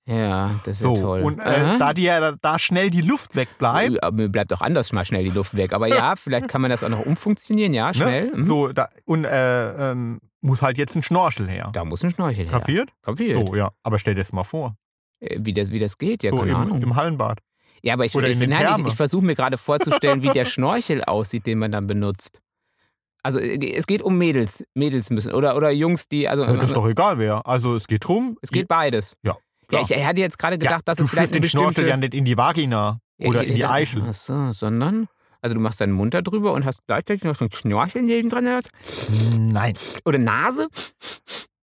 Ja, das ist
So,
ja toll.
und äh,
Aha.
da dir ja da schnell die Luft wegbleibt,
Ja, mir bleibt auch anders mal schnell die Luft weg. Aber ja, vielleicht kann man das auch noch umfunktionieren, ja, schnell.
ne?
Mhm.
so, da, und äh, ähm, muss halt jetzt ein Schnorchel her.
Da muss ein Schnorchel her.
Kapiert?
Kapiert.
So, ja. Aber stell dir das mal vor.
Äh, Wie das, wie das geht, ja,
so
keine
im,
Ahnung.
im Hallenbad.
ja, aber ich,
oder
ich,
in den
nein, ich,
Therme.
ich versuche mir gerade vorzustellen, wie der Schnorchel aussieht, den man dann benutzt. Also äh, es geht um Mädels. Mädels müssen. Oder, oder Jungs, die. Also,
Ja, das ist doch egal wer. Also es geht drum.
es geht beides.
Ja,
Ja,
klar.
ich, ich hatte jetzt gerade gedacht, dass
du
es vielleicht
führst
eine
den
bestimmte,
Schnorchel ja nicht in die Vagina
Ja,
oder
ich-
in die
da-
Eichel.
Ach so, sondern. Also du machst deinen Mund da drüber und hast gleichzeitig noch so ein Schnorcheln neben dran.
Nein.
Oder Nase.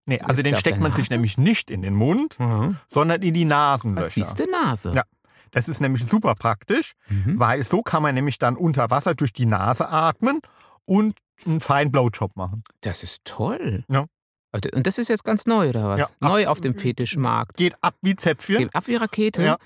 Nee, also
Jetzt
den
auf
steckt
der
man sich
Nase?
nämlich nicht in den Mund,
Mhm.
sondern in die
Was
Nasenlöcher.
siehst du Nase?
Ja. Das ist nämlich super praktisch,
Mhm.
weil so kann man nämlich dann unter Wasser durch die Nase atmen und einen feinen Blowjob machen.
Das ist toll.
Ja.
Also, Und das ist jetzt ganz neu, oder was?
Ja,
neu
abs-
auf dem Fetischmarkt.
Geht ab wie Zäpfchen.
Geht ab wie Rakete.
Ja.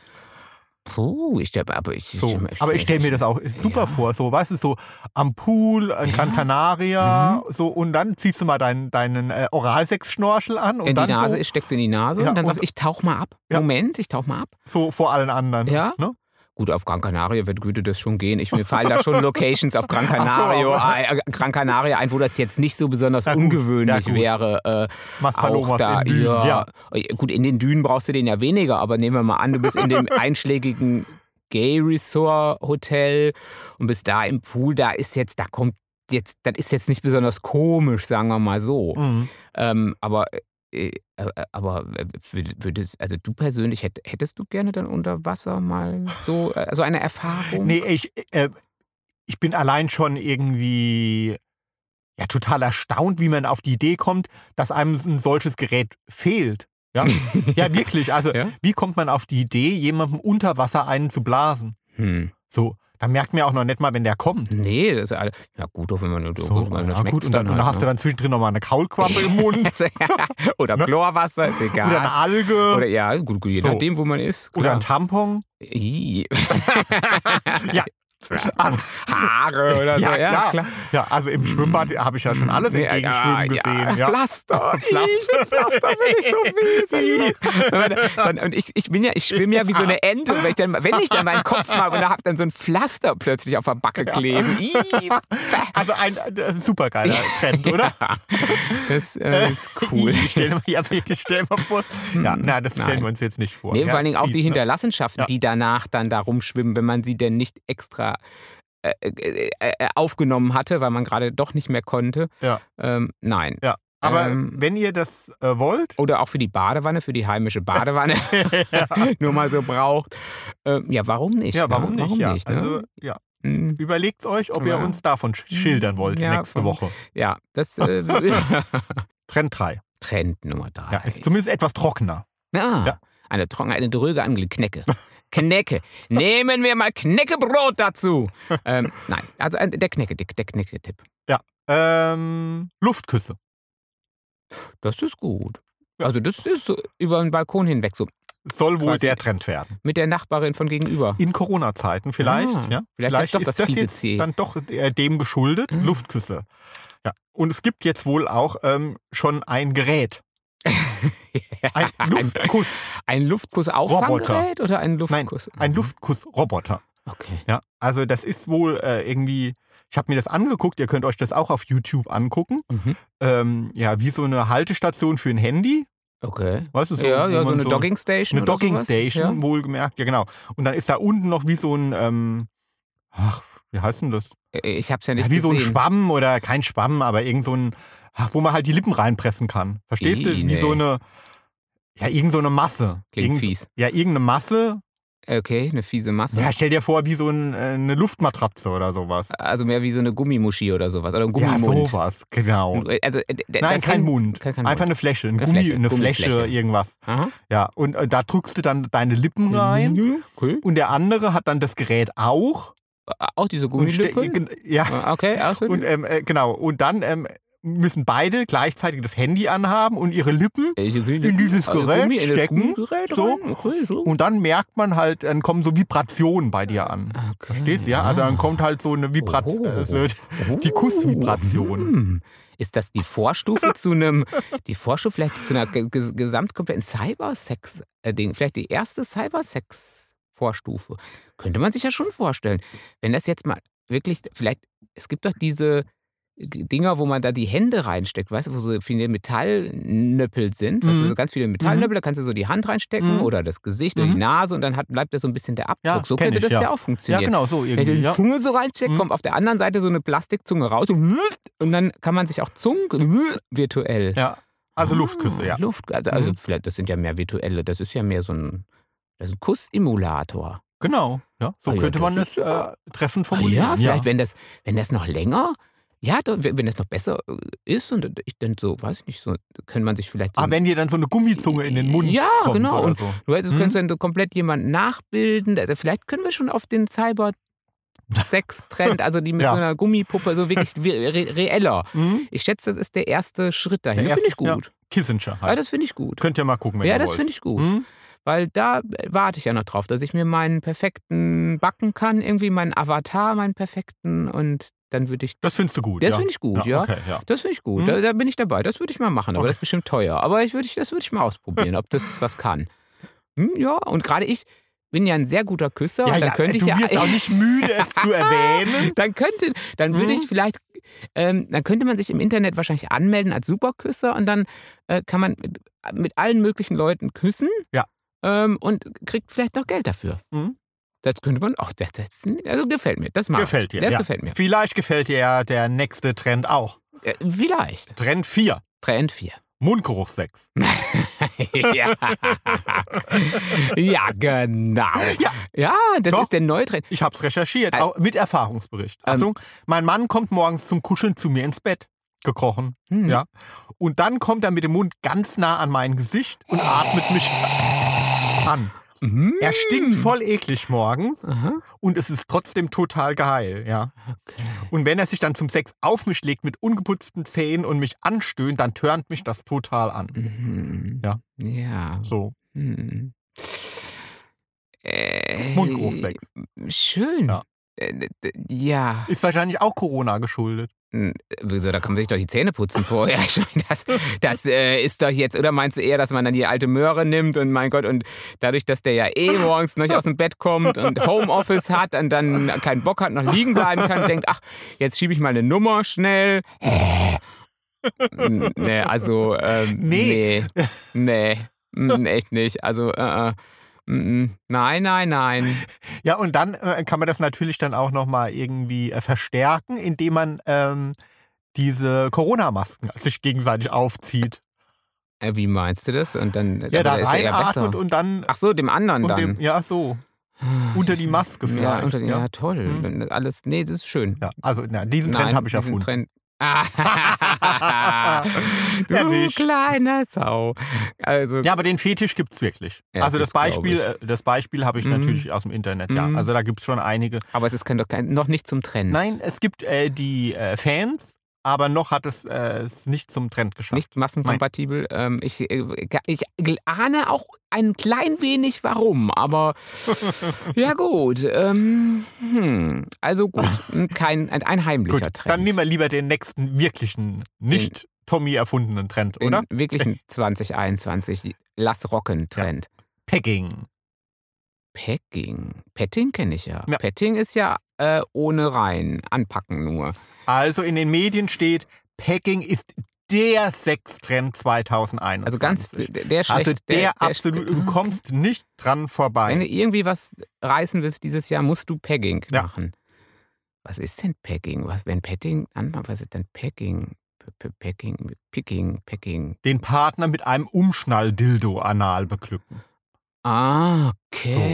Puh, ich glaube, aber ich.
So. Aber ich stelle mir das auch super
Ja.
vor, so, weißt du, so am Pool, in Gran Canaria,
Mhm.
so, und dann ziehst du mal deinen, deinen äh, Oralsex-Schnorchel an und
In die
dann
Nase,
so,
ich steck's in die Nase
Ja,
und dann
und-
sagst du, ich tauch mal ab.
Ja.
Moment, ich tauch mal ab.
so vor allen anderen.
Ja.
Ne?
Gut, auf Gran Canaria wird Güte das schon gehen. Ich, mir fallen da schon Locations auf Gran Canaria,
aber-
ein, äh, Gran Canaria ein, wo das jetzt nicht so besonders
Ja, gut.
ungewöhnlich
Ja, gut.
wäre. Äh,
Maspalomas
auch da,
in Dünen, ja.
ja. Gut, in den Dünen brauchst du den ja weniger, aber nehmen wir mal an, du bist in dem einschlägigen Gay Resort Hotel und bist da im Pool, da ist jetzt, da kommt jetzt, das ist jetzt nicht besonders komisch, sagen wir mal so.
Mhm.
Ähm, aber äh, äh, aber äh, würd- würdest, also du persönlich, hätt, hättest du gerne dann unter Wasser mal so, äh, so eine Erfahrung?
Nee, ich, äh, ich bin allein schon irgendwie ja, total erstaunt, wie man auf die Idee kommt, dass einem ein solches Gerät fehlt. Ja, ja wirklich. Also,
Ja?
wie kommt man auf die Idee, jemandem unter Wasser einen zu blasen?
Hm.
So, da merkt man ja auch noch nicht mal, wenn der kommt.
Nee, das ist alle. Ja, gut, auch wenn man nur
So,
man
ja,
schmeckt's
gut, und dann, und dann
halt,
hast du
ne?
dann zwischendrin nochmal eine Kaulquappe im Mund
Oder
Ne?
Chlorwasser, ist egal.
oder eine Alge
Oder ja, gut, gut, je
So.
nachdem, wo man ist.
oder
Klar.
ein Tampon.
I.
Ja. Also,
Haare oder so.
Ja, klar.
Also, klar. Mm.
ja, also im Schwimmbad habe ich ja schon alles
Nee,
entgegenschwimmen
ja,
gesehen.
Ja.
Ja.
Pflaster. Pflaster. Pflaster finde ich so wesentlich. Dann, und ich, ich bin ja, ich schwimme ja wie so eine Ente. Und wenn ich dann, wenn ich dann meinen Kopf mal und da hab dann so ein Pflaster plötzlich auf der Backe kleben. Ih,
Also ein äh, supergeiler Trend, oder?
das äh, ist cool.
Ich stell mir, ja, ich stell mir vor. Ja,
Hm,
na, das stellen
nein.
wir uns jetzt nicht vor.
Nee,
ja,
vor allen
ist
Dingen auch
fies,
die
ne?
Hinterlassenschaften,
Ja.
die danach dann da rumschwimmen, wenn man sie denn nicht extra äh, äh, äh, aufgenommen hatte, weil man gerade doch nicht mehr konnte.
Ja.
Ähm, nein.
Aber
ähm, Oh.
wenn ihr das äh, wollt,
Oder auch für die Badewanne, für die heimische Badewanne, nur mal so braucht. Ähm, ja, warum nicht?
ja,
ne?
warum nicht? ja,
ne?
also, ja.
Mm,
Überlegt euch, ob ihr
Ja.
uns davon sch- schildern wollt
Ja,
nächste
von-
Woche.
ja das äh,
Trend 3.
Trend Nummer drei.
Ja, ist zumindest etwas trockener.
Ah,
Ja.
eine trockene, eine dröge Angel, Knecke. Knecke. Nehmen wir mal Kneckebrot dazu. ähm, nein, also äh, der Knecke, der, der Knecke-Tipp.
Ähm, Luftküsse.
Das ist gut. Also das ist über den Balkon hinweg so.
Soll wohl
Quasi.
der Trend werden.
Mit der Nachbarin von gegenüber.
In Corona-Zeiten vielleicht.
Ah,
ja.
vielleicht ist doch das fiese Mhm.
jetzt
Ziel.
dann doch äh, dem geschuldet, Luftküsse. Ja. Und es gibt jetzt wohl auch ähm, schon ein Gerät. Ein Luftkuss.
Ein Luftkuss Auffanggerät oder ein Luftkuss?
Ein Luftkussroboter.
Okay.
Ja. Also das ist wohl äh, irgendwie, ich habe mir das angeguckt, ihr könnt euch das auch auf YouTube angucken.
Mhm.
Ähm, ja, wie so eine Haltestation für ein Handy.
Okay.
Weißt du, so,
ja,
wo
ja, so
man
eine Dogging Station.
Eine
oder
Docking
sowas.
Station, wohlgemerkt, ja genau. Und dann ist da unten noch wie so ein, ähm, ach, wie heißt denn das?
Ja. Äh, Ich hab's ja nicht
Ja, wie so ein
gesehen.
Schwamm oder kein Schwamm, aber irgend so ein, ach, wo man halt die Lippen reinpressen kann. Verstehst du?
Ih,
Wie so
nee.
eine, ja, irgend so eine Masse.
Klingt
Irgend,
fies.
ja, irgendeine Masse.
Okay, eine fiese Masse.
Ja, stell dir vor, wie so ein, äh, eine Luftmatratze oder sowas.
Also mehr wie so eine Gummimuschi oder sowas. Oder ein
Ja,
Gummimund.
sowas, genau.
Also, äh, d- d-
Nein,
das
kein
hängt-
Mund.
kein- kein
Einfach
Mund.
eine Fläche, ein
Eine
Gummi,
Fläche,
eine Fläche,
Gummifläche. Mhm.
irgendwas.
Aha.
Ja, und äh, da drückst du dann deine Lippen rein.
Cool.
Und der andere hat dann das Gerät auch.
Äh, Auch diese
Und ste-
Gummilippe?
gen- ja,
Ah, Okay, also
und ähm, äh, genau. Und dann ähm, müssen beide gleichzeitig das Handy anhaben und ihre Lippen.
Äh, in
dieses Gerät stecken,
Gerät
so.
rein, okay, so.
Und dann merkt man halt, dann kommen so Vibrationen bei dir an.
Okay.
Verstehst du? Ja, also dann kommt halt so eine also, Vibration.
Ah. Oho.
so, die Kussvibration.
Oh. hm. Ist das die Vorstufe zu einem, die Vorstufe vielleicht zu einer ge- ges- gesamtkompletten Cybersex-Ding? Vielleicht die erste Cybersex-Vorstufe. Könnte man sich ja schon vorstellen. Wenn das jetzt mal wirklich, vielleicht, es gibt doch diese Dinger, wo man da die Hände reinsteckt, weißt du, wo so viele Metallnöppel sind, weißt du,
Mhm.
so ganz viele Metallnöppel, da kannst du so die Hand reinstecken
Mhm.
oder das Gesicht
Mhm.
oder die Nase und dann hat, bleibt da so ein bisschen der Abdruck.
Ja,
so
kenn
könnte
ich,
das
ja.
ja auch
Ja,
funktionieren.
genau, so
Wenn du
irgendwie.
die
Ja.
Zunge so reinsteckt,
Mhm.
kommt auf der anderen Seite so eine Plastikzunge raus und und dann kann man sich auch Zungen virtuell.
ja. Also
Ah,
Luftküsse, ja.
Luft, also, also
Mhm.
vielleicht, das sind ja mehr virtuelle, das ist ja mehr so ein, das ist ein Kussimulator.
Genau. Ja. So
Ah, ja,
könnte
das
man
ist
es äh,
super. Ah,
treffend
ja,
formulieren.
vielleicht, wenn das, wenn das noch länger, ja, da- wenn wenn das noch besser äh, ist und ich dann so, weiß ich nicht, so, kann man sich vielleicht. So
Aber Ah, wenn dir dann so eine Gummizunge in den Mund
Ja,
kommt
genau.
oder
Und
so.
Du weißt, du
Mhm.
könntest dann so komplett jemanden nachbilden. Also vielleicht können wir schon auf den Cyber Sex Trend, also die mit
Ja.
so einer Gummipuppe, so wirklich re re- reeller.
Mhm.
Ich schätze, das ist der erste Schritt dahin.
Der
Das finde ich
erste, ja.
gut.
Kissinger
Ja,
heißt.
Ah, das finde ich gut.
Könnt ihr mal gucken, wenn
Ja,
ihr
das
wollt.
finde ich gut.
Mhm.
Weil da äh, warte ich ja noch drauf, dass ich mir meinen perfekten backen kann, irgendwie meinen Avatar, meinen perfekten und dann würde ich.
Das findest du gut.
Das
ja.
finde ich gut, ja.
Okay, ja.
Das finde ich gut.
Hm?
Da, da bin ich dabei. Das würde ich mal machen. Aber
Okay.
das ist bestimmt teuer. Aber ich würd ich, das würde ich mal ausprobieren, ob das was kann. Hm, ja, und gerade ich bin ja ein sehr guter Küsser.
Ja,
und dann
ja,
könnte ich
du
ja.
wirst auch nicht müde, es zu erwähnen.
dann könnte, dann würde
Mhm.
ich vielleicht, ähm, dann könnte man sich im Internet wahrscheinlich anmelden als Superküsser und dann äh, kann man mit, mit allen möglichen Leuten küssen
Ja.
ähm, und kriegt vielleicht noch Geld dafür.
Mhm.
Das könnte man auch, das, das also gefällt mir, das mag
Gefällt
ich.
dir,
Das
ja.
gefällt mir.
Vielleicht gefällt dir ja der nächste Trend auch.
Äh, vielleicht.
Trend 4.
Trend 4.
Mundgeruchssex.
ja. ja, genau.
Ja.
Ja, das
Doch.
ist der Neutrend.
Ich hab's recherchiert,
Ä-
auch mit Erfahrungsbericht.
Ähm.
Achtung, mein Mann kommt morgens zum Kuscheln zu mir ins Bett. Gekrochen.
Hm.
Ja. Und dann kommt er mit dem Mund ganz nah an mein Gesicht und atmet mich an.
Mhm.
Er stinkt voll eklig morgens
Aha.
und es ist trotzdem total geil, ja.
Okay.
Und wenn er sich dann zum Sex auf mich legt mit ungeputzten Zähnen und mich anstöhnt, dann törnt mich das total an.
Mhm.
Ja.
Ja.
So,
Hm. Äh,
Mundgeruchsex.
Schön.
Ja.
Äh, d- d- Ja,
Ist wahrscheinlich auch Corona geschuldet.
Hm, wieso, da kann man sich doch die Zähne putzen vorher. Ich meine, Das, das äh, ist doch jetzt, oder meinst du eher, dass man dann die alte Möhre nimmt und mein Gott, und dadurch, dass der ja eh morgens noch nicht aus dem Bett kommt und Homeoffice hat und dann keinen Bock hat, noch liegen bleiben kann, denkt, ach, jetzt schiebe ich mal eine Nummer schnell. Hm, nee, also, ähm,
Nee.
nee. Nee, Hm, echt nicht. Also, äh, äh, mm, mm. nein, nein, nein.
Ja, und dann äh, kann man das natürlich dann auch nochmal irgendwie äh, verstärken, indem man ähm, diese Corona-Masken sich gegenseitig aufzieht.
Äh, Wie meinst du das? Und dann
Ja,
aber
da
ist er eher
reinatmet
besser.
und dann.
Ach so, dem anderen
Und
dann.
dem, ja, so.
Ah,
Unter
ich-
die Maske
Ja,
vielleicht.
unter die, ja.
ja.
toll.
Mhm.
Wenn das Alles, nee, das ist schön.
Ja, also na, diesen Trend
Nein,
habe ich
diesen
erfunden.
Trend. Ah, du
Erwischt.
kleiner Sau. Also,
Ja, aber den Fetisch gibt es wirklich.
Ja,
also das
gibt's, glaub
Beispiel, äh, das Beispiel habe ich
Mhm.
natürlich aus dem Internet, ja.
Mhm.
Also da gibt es schon einige.
aber es ist kein, doch kein, noch nicht zum Trend.
Nein, es gibt äh, die äh, Fans aber noch hat es äh, es nicht zum Trend geschafft.
Nicht massenkompatibel. Ähm, ich, äh, ich ahne auch ein klein wenig warum, aber ja gut. Ähm, hm. Also gut, kein, ein, ein heimlicher
Gut,
Trend.
dann nehmen wir lieber den nächsten wirklichen, nicht Tommy erfundenen Trend,
Den
oder?
wirklichen 2021 Lass Rocken Trend.
Pegging.
Packing. Petting kenne ich ja.
Ja.
Petting ist ja äh, ohne rein, anpacken nur.
Also in den Medien steht, Pegging ist der Sextrend 2021.
Also ganz der, der schlecht,
Also der,
schlecht- Hm?
absolut, du kommst nicht dran vorbei.
Wenn du irgendwie was reißen willst dieses Jahr, musst du Packing
Ja.
machen. Was ist denn Packing? Was, wenn Petting anmacht, was ist denn Packing? P- P- Packing, Picking, Packing.
den Partner mit einem Umschnall-Dildo anal beglücken.
Ah,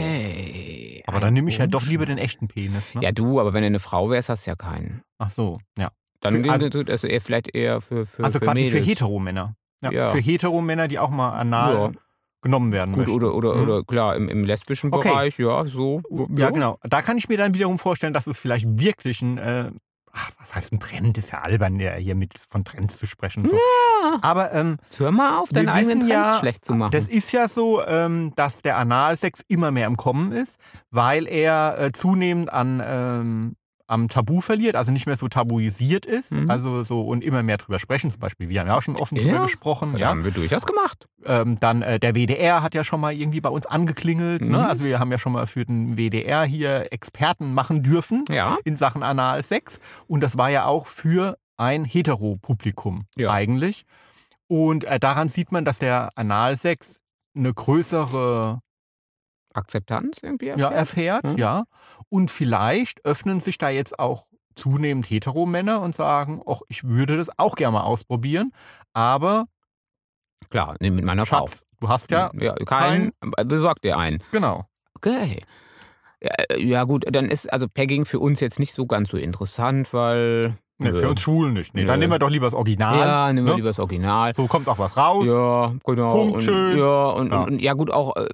okay.
Aber
Ein
dann nehme ich ja
Umschlag.
doch lieber den echten Penis. Ne?
Ja, du, aber wenn du eine Frau wärst, hast du ja keinen.
Ach so, ja.
Dann
Für- also-
also, also eher, vielleicht eher für, für
Also
für
quasi für
Mädels.
Heteromänner. Ja,
Ja.
Für Heteromänner, die auch mal anal
Ja.
genommen werden
Gut,
möchten.
oder, oder,
Mhm.
oder klar, im, im lesbischen
Okay.
Bereich, ja, so.
Ja, genau. Da kann ich mir dann wiederum vorstellen, dass es vielleicht wirklich ein, äh, ach, was heißt ein Trend? Ist ja albern, ja, hier mit von Trends zu sprechen. und So.
Ja.
Aber ähm,
Hör mal auf, deine
Wir
eigenen
wissen
Trends
ja,
schlecht zu machen.
Das ist ja so, ähm, dass der Analsex immer mehr im Kommen ist, weil er äh, zunehmend an, ähm, am Tabu verliert, also nicht mehr so tabuisiert ist.
Mhm.
Also so und immer mehr drüber sprechen, zum Beispiel. Wir haben ja auch schon offen drüber
Ja.
gesprochen.
ja.
Ja.
haben wir durchaus gemacht.
Ähm, dann äh, der WDR hat ja schon mal irgendwie bei uns angeklingelt.
Mhm.
Ne? Also wir haben ja schon mal für den WDR hier Experten machen dürfen
Ja.
in Sachen Analsex. Und das war ja auch für ein Heteropublikum
Ja.
eigentlich. Und äh, daran sieht man, dass der Analsex eine größere
Akzeptanz irgendwie.
ja,
erfährt.
erfährt,
Mhm.
ja. Und vielleicht öffnen sich da jetzt auch zunehmend Heteromänner und sagen, ach, ich würde das auch gerne mal ausprobieren, aber
Klar, nee, mit meiner Frau. Hm,
Schatz, du hast ja,
ja kein, äh, besorgt dir einen.
genau.
Okay. Ja, äh, ja, gut, dann ist also Pegging für uns jetzt nicht so ganz so interessant, weil.
Nee,
Nö.
für uns Schwulen nicht. Nee, dann
Nö.
nehmen wir doch lieber das Original.
Ja, nehmen wir
ne?
lieber das Original.
So kommt auch was raus.
Ja, genau.
Punkt,
und,
schön.
Ja, und,
Ja.
Und, und ja gut, auch äh,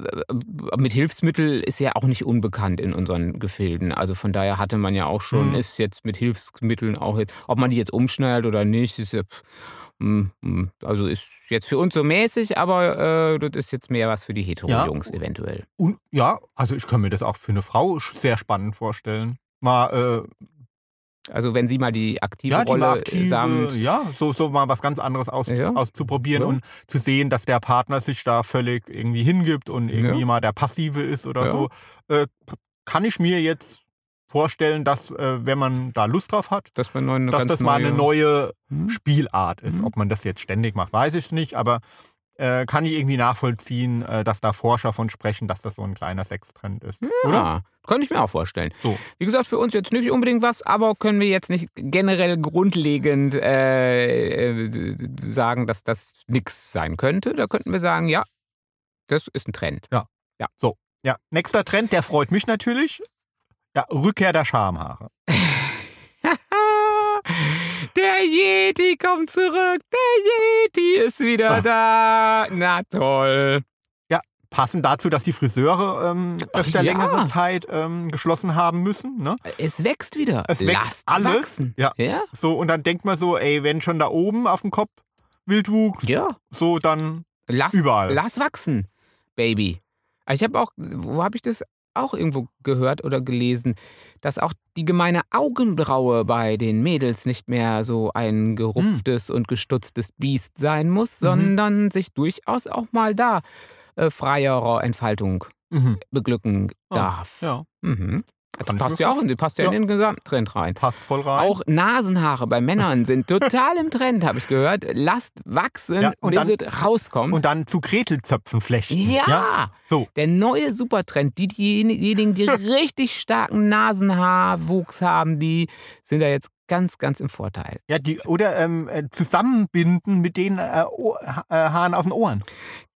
mit Hilfsmittel ist ja auch nicht unbekannt in unseren Gefilden. Also von daher hatte man ja auch schon,
Mhm.
ist jetzt mit Hilfsmitteln auch jetzt, ob man die jetzt umschneidet oder nicht, ist ja, pff, mm, mm. also ist jetzt für uns so mäßig, aber äh, das ist jetzt mehr was für die Hetero-Jungs eventuell.
Und ja, also ich kann mir das auch für eine Frau sch- sehr spannend vorstellen. Mal, äh,
Also wenn sie mal die aktive
ja, die
Rolle
mal aktive,
samt,
ja, so, so mal was ganz anderes aus,
Ja.
auszuprobieren
Ja.
und zu sehen, dass der Partner sich da völlig irgendwie hingibt und irgendwie
Ja.
mal der Passive ist oder
Ja.
so. Äh, p- kann ich mir jetzt vorstellen, dass, äh, wenn man da Lust drauf hat,
dass man eine
dass
ganz
das mal eine neue
Hm?
Spielart ist.
Mhm.
Ob man das jetzt ständig macht, weiß ich nicht, aber äh, kann ich irgendwie nachvollziehen, äh, dass da Forscher von sprechen, dass das so ein kleiner Sextrend ist. Oder?
Ja, könnte ich mir auch vorstellen.
Ah. So.
Wie gesagt, für uns jetzt nicht unbedingt was, aber können wir jetzt nicht generell grundlegend äh, äh, sagen, dass das nichts sein könnte. Da könnten wir sagen, ja, das ist ein Trend.
Ja, nächster Trend, der freut mich natürlich. Ja, Rückkehr der Schamhaare.
Ah, Der Yeti kommt zurück. Der Yeti ist
Ah.
wieder da. Na toll.
Passend dazu, dass die Friseure ähm,
Ach
öfter
ja.
längere Zeit ähm, geschlossen haben müssen. Ne?
Es wächst wieder.
Es wächst
Lasst
alles.
wachsen.
Ja.
Ja.
So, und dann denkt man so, ey, wenn schon da oben auf dem Kopf Wildwuchs,
ja.
so dann
Lass,
Überall.
Lass wachsen, Baby. Also Ich habe auch, wo habe ich das auch irgendwo gehört oder gelesen, dass auch die gemeine Augenbraue bei den Mädels nicht mehr so ein gerupftes und gestutztes Biest sein muss,
Hm. Mhm.
sondern sich durchaus auch mal da äh, freierer Entfaltung
mhm.
beglücken
Ah,
darf.
ja,
Mhm. Das
Kann ich mir
passt ja auch in, passt ja in
Ja.
den Gesamttrend rein.
passt voll rein.
Auch Nasenhaare bei Männern sind total im Trend, habe ich gehört. Lasst wachsen,
Ja, und
bis
dann-
es rauskommt.
und dann zu Kretelzöpfen flechten.
Ja,
So.
der neue Supertrend. Die, diejenigen, die richtig starken Nasenhaarwuchs haben, die sind da jetzt ganz, ganz im Vorteil.
Ja, die, oder ähm, äh, zusammenbinden mit den äh, oh, ha äh, Haaren aus den Ohren.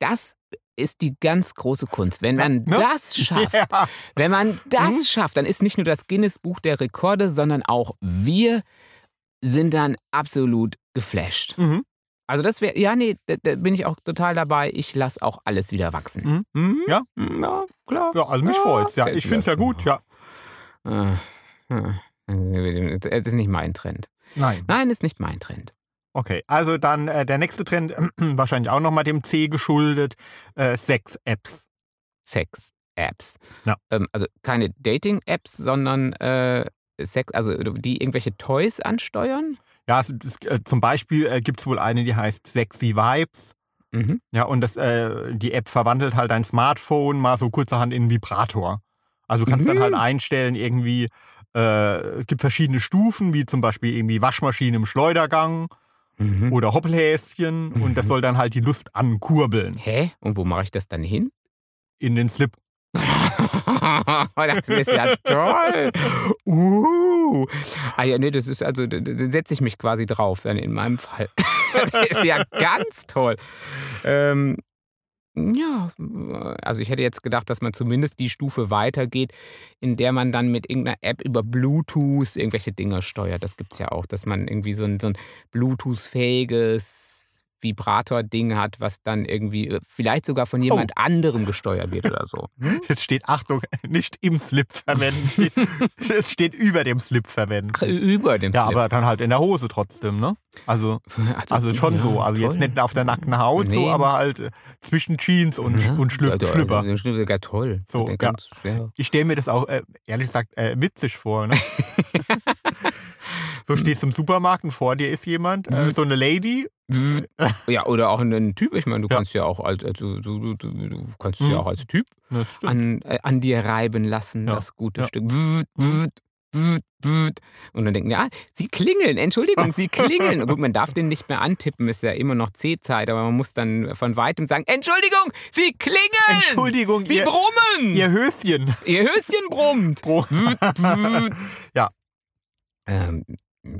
Das ist die ganz große Kunst. Wenn man
Ja, ne?
das schafft,
Ja.
wenn man das
Mhm.
schafft, dann ist nicht nur das Guinness-Buch der Rekorde, sondern auch wir sind dann absolut geflasht.
Mhm.
Also das wäre, ja, nee, da, da bin ich auch total dabei. Ich lasse auch alles wieder wachsen. Mhm.
Ja.
Ja, klar.
ja, also mich
Ja,
freut's. Ja,
Ah. das
ich find's ja
lässt du
gut. Ja,
Äh, äh, Das Ah, hm. ist nicht mein Trend.
Nein.
Nein, ist nicht mein Trend.
Okay, also dann äh, der nächste Trend, wahrscheinlich auch nochmal dem C geschuldet, äh, Sex-Apps.
Sex-Apps.
Ja.
Ähm, also keine Dating-Apps, sondern äh, Sex, also die irgendwelche Toys ansteuern.
Ja, es, es, äh, zum Beispiel äh, gibt es wohl eine, die heißt Sexy Vibes.
Mhm.
Ja, und das, äh, die App verwandelt halt dein Smartphone mal so kurzerhand in einen Vibrator. Also du kannst dann
Mhm.
halt einstellen, irgendwie, äh, es gibt verschiedene Stufen, wie zum Beispiel irgendwie Waschmaschine im Schleudergang
Mhm.
oder Hoppelhäschen. Und das
Mhm.
soll dann halt die Lust ankurbeln
Hä? Und wo mache ich das dann hin?
in den Slip.
das ist ja toll. Uh. Ah ja, nee, das ist also, da- da da setze ich mich quasi drauf, dann in meinem Fall. Das ist ja ganz toll. Ähm, ja, also ich hätte jetzt gedacht, dass man zumindest die Stufe weitergeht, in der man dann mit irgendeiner App über Bluetooth irgendwelche Dinge steuert. Das gibt es ja auch, dass man irgendwie so ein, so ein Bluetooth-fähiges Vibrator-Ding hat, was dann irgendwie äh, vielleicht sogar von jemand anderem gesteuert wird oder so. Hm?
Jetzt steht, Achtung, nicht im Slip verwenden. es steht über dem Slip verwenden.
Ach, über dem
Ja,
Slip.
aber dann halt in der Hose trotzdem, ne? Also, also schon
ja,
so. Also jetzt
toll.
nicht auf der nackten Haut, so,
Nee.
aber halt äh, zwischen Jeans und,
Ja,
und Schlüpp-
also, also,
Schlüpper.
ein Schlüpper, ja, toll.
So,
Der
ja.
ganz- ja.
Ich stelle mir das auch, äh, ehrlich gesagt, äh, witzig vor. Ne? so stehst du im Supermarkt und vor dir ist jemand, äh, so eine Lady.
ja, oder auch ein Typ. Ich meine, du
Ja.
kannst ja auch als, als du, du, du, du kannst
Mhm.
ja auch als Typ
Das stimmt.
an, äh, an dir reiben lassen,
Ja,
das gute
ja.
Stück. Wut, wut, wut, wut. Und dann denken, ja, sie klingeln, Entschuldigung, sie klingeln. Gut, man darf den nicht mehr antippen, ist ja immer noch C-Zeit, aber man muss dann von weitem sagen, Entschuldigung, sie klingeln!
Entschuldigung,
Sie
ihr,
brummen!
ihr Höschen.
Ihr Höschen brummt!
Bro. Ja.
Ähm,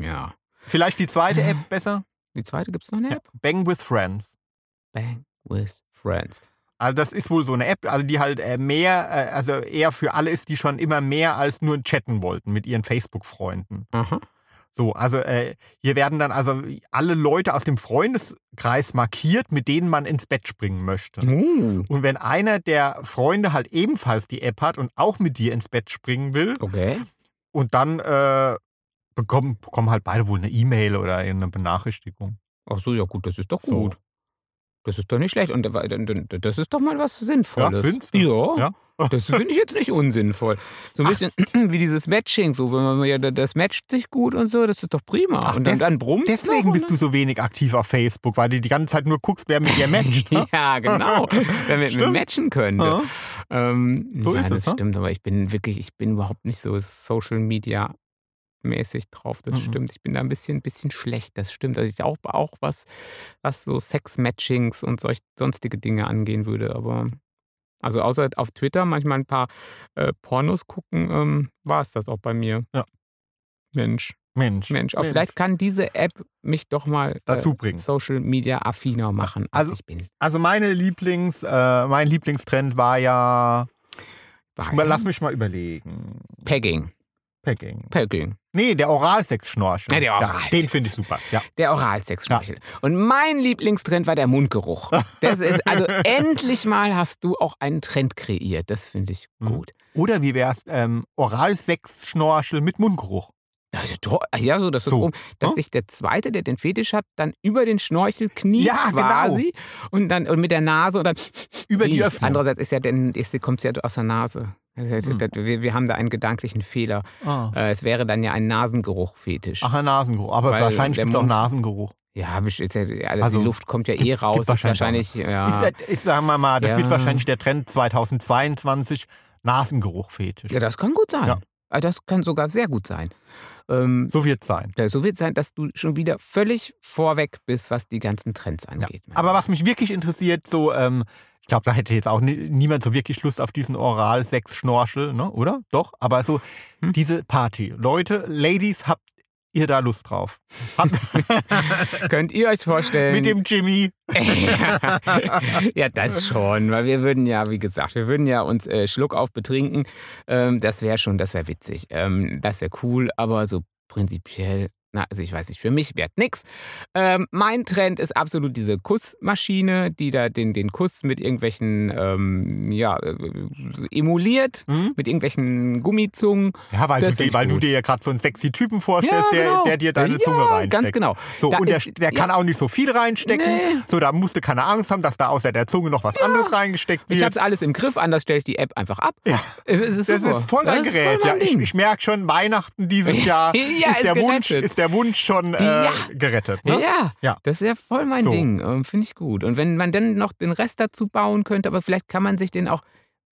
ja.
Vielleicht die zweite App besser?
Die zweite gibt es noch eine App?
Bang with Friends.
Bang with Friends.
Also das ist wohl so eine App, also die halt äh, mehr, äh, also eher für alle ist, die schon immer mehr als nur chatten wollten mit ihren Facebook-Freunden.
Aha.
So, also äh, hier werden dann also alle Leute aus dem Freundeskreis markiert, mit denen man ins Bett springen möchte.
Uh,
Und wenn einer der Freunde halt ebenfalls die App hat und auch mit dir ins Bett springen will,
okay.
und dann äh, bekommen, bekommen halt beide wohl eine E-Mail oder eine Benachrichtigung.
Ach so, ja gut, das ist doch
So.
gut. Das ist doch nicht schlecht. Und äh, da- da- da- das ist doch mal was
Ja, ne?
Sinnvolles.
findest du?
Ja. Das finde ich jetzt nicht unsinnvoll. So ein bisschen wie dieses Matching, so wenn man ja, das matcht sich gut und so, das ist doch prima.
Ach,
und dann,
des-
dann brummst
Deswegen
noch
bist du so wenig aktiv auf Facebook, weil du die ganze Zeit nur guckst, wer mit dir matcht. Ne?
Ja, genau. Wenn wir- wir
Stimmt.
matchen könnten.
Ja.
Ähm,
So
ja,
ist es,
das
ne?
stimmt, aber ich bin wirklich, ich bin überhaupt nicht so Social Media mäßig drauf, das
Mhm.
stimmt. Ich bin da ein bisschen, bisschen schlecht, das stimmt. Also ich auch, auch was, was so Sex-Matchings und solch, sonstige Dinge angehen würde, aber also außer auf Twitter manchmal ein paar äh, Pornos gucken, ähm, war es das auch bei mir.
Ja.
Mensch,
Mensch.
Mensch. Aber vielleicht kann diese App mich doch mal
dazu
äh,
bringen.
Social Media affiner machen, als
Also-
ich bin.
Also meine Lieblings, äh, mein Lieblingstrend war ja. Ich, mal- lass mich mal überlegen.
Pegging.
Packing.
Pegging.
Nee, der Oralsex-Schnorchel.
Ja, der
ja,
Oralsex.
den finde ich super. Ja.
Der Oralsex-Schnorchel. Und mein Lieblingstrend war der Mundgeruch. Das ist, also endlich mal hast du auch einen Trend kreiert. Das finde ich
Mhm.
gut.
Oder wie wär's, ähm, Oralsex-Schnorchel mit Mundgeruch?
Ja, ja, doch. Ach ja, so, dass, es
So,
oben- dass
ne?
sich der Zweite, der den Fetisch hat, dann über den Schnorchel kniet
Ja, genau.
quasi und dann und mit der Nase und dann
Über die
riecht.
Öffnung. Hm.
Andererseits ist ja denn, ist, kommt es ja aus der Nase. Also, das- wir, wir haben da einen gedanklichen Fehler.
Ah.
Äh, Es wäre dann ja ein Nasengeruch-Fetisch.
Ach, ein Nasengeruch. Aber
Weil
wahrscheinlich
der
gibt es auch
Mund-
Nasengeruch.
Ja, best- ist ja also
Also,
die Luft kommt ja eh
gibt-
raus.
gibt
ist
wahrscheinlich
wahrscheinlich ja.
Ist, das- ist, sagen wir mal, das
Ja.
wird wahrscheinlich der Trend 2022, Nasengeruch-Fetisch.
Ja, das kann gut sein.
Ja.
Ah, Das kann sogar sehr gut sein. Ähm,
So wird's sein.
da- so wird es sein, dass du schon wieder völlig vorweg bist, was die ganzen Trends angeht. mein
Aber
Lieber.
was mich wirklich interessiert, so, ähm, ich glaube, da hätte jetzt auch ni niemand so wirklich Lust auf diesen Oral-Sex-Schnorchel, ne? oder? Doch, aber so
Hm.
diese Party. Leute, Ladies, habt ihr da Lust drauf? Habt
Könnt ihr euch vorstellen?
mit dem Jimmy.
ja, das schon, weil wir würden ja, wie gesagt, wir würden ja uns äh, Schluck auf betrinken. Ähm, das wäre schon, das wäre witzig. Ähm, das wäre cool, aber so prinzipiell na, also ich weiß nicht, für mich wert nix. Ähm, mein Trend ist absolut diese Kussmaschine, die da den, den Kuss mit irgendwelchen, ähm, ja, äh, emuliert,
Mhm.
mit irgendwelchen Gummizungen.
Ja,
hm? Das
weil, du,
ist
dir-
echt
weil du
gut.
dir ja gerade so einen sexy Typen vorstellst,
Ja,
der,
genau.
der dir deine
Ja,
Zunge reinsteckt.
ganz genau.
So,
Da
und der,
ist-
der kann
ja.
auch nicht so viel reinstecken.
Nee.
So, da musst du keine Angst haben, dass da außer der Zunge noch was anderes reingesteckt wird.
Ich hab's alles im Griff, anders stelle ich die App einfach ab.
Ja.
Es, es ist
das
super.
ist voll dein
Das ist
Gerät.
voll
ja,
mein
ich
Ding.
ich merke schon, Weihnachten dieses Jahr
Ja,
ist,
ist
der Wunsch,
gerettet.
ist der Wunsch schon äh,
Ja.
gerettet. Ne?
Ja,
Ja.
das ist ja voll mein
So.
Ding. Ähm, Finde ich gut. Und wenn man dann noch den Rest dazu bauen könnte, aber vielleicht kann man sich den auch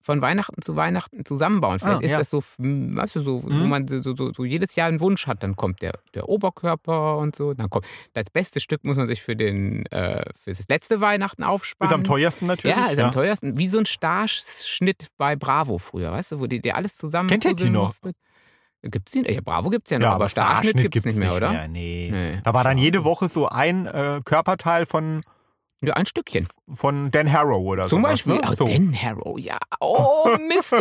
von Weihnachten zu Weihnachten zusammenbauen. Vielleicht
Ah,
ist
ja.
das so, hm, weißt du, so, wo
Mhm.
man so, so- so, so jedes Jahr einen Wunsch hat. Dann kommt der, der Oberkörper und so. Dann kommt das beste Stück muss man sich für den äh, für das letzte Weihnachten aufsparen.
Ist am teuersten natürlich.
Ja, ist am teuersten. Wie so ein Starschnitt bei Bravo früher, weißt du, wo die dir alles zusammen
Kennt ihr die
puzzeln
noch?
musstet. Gibt's die? Ja, Bravo gibt's ja noch,
Ja,
aber Starschnitt, gibt's nicht mehr, oder?
Nee.
Nee,
Da war dann
schade.
jede Woche so ein äh, Körperteil von,
Ja, ein Stückchen.
von Dan Harrow oder
Zum
sowas,
Beispiel,
Ne?
oh,
So.
Dan Harrow, ja. Oh, Mr.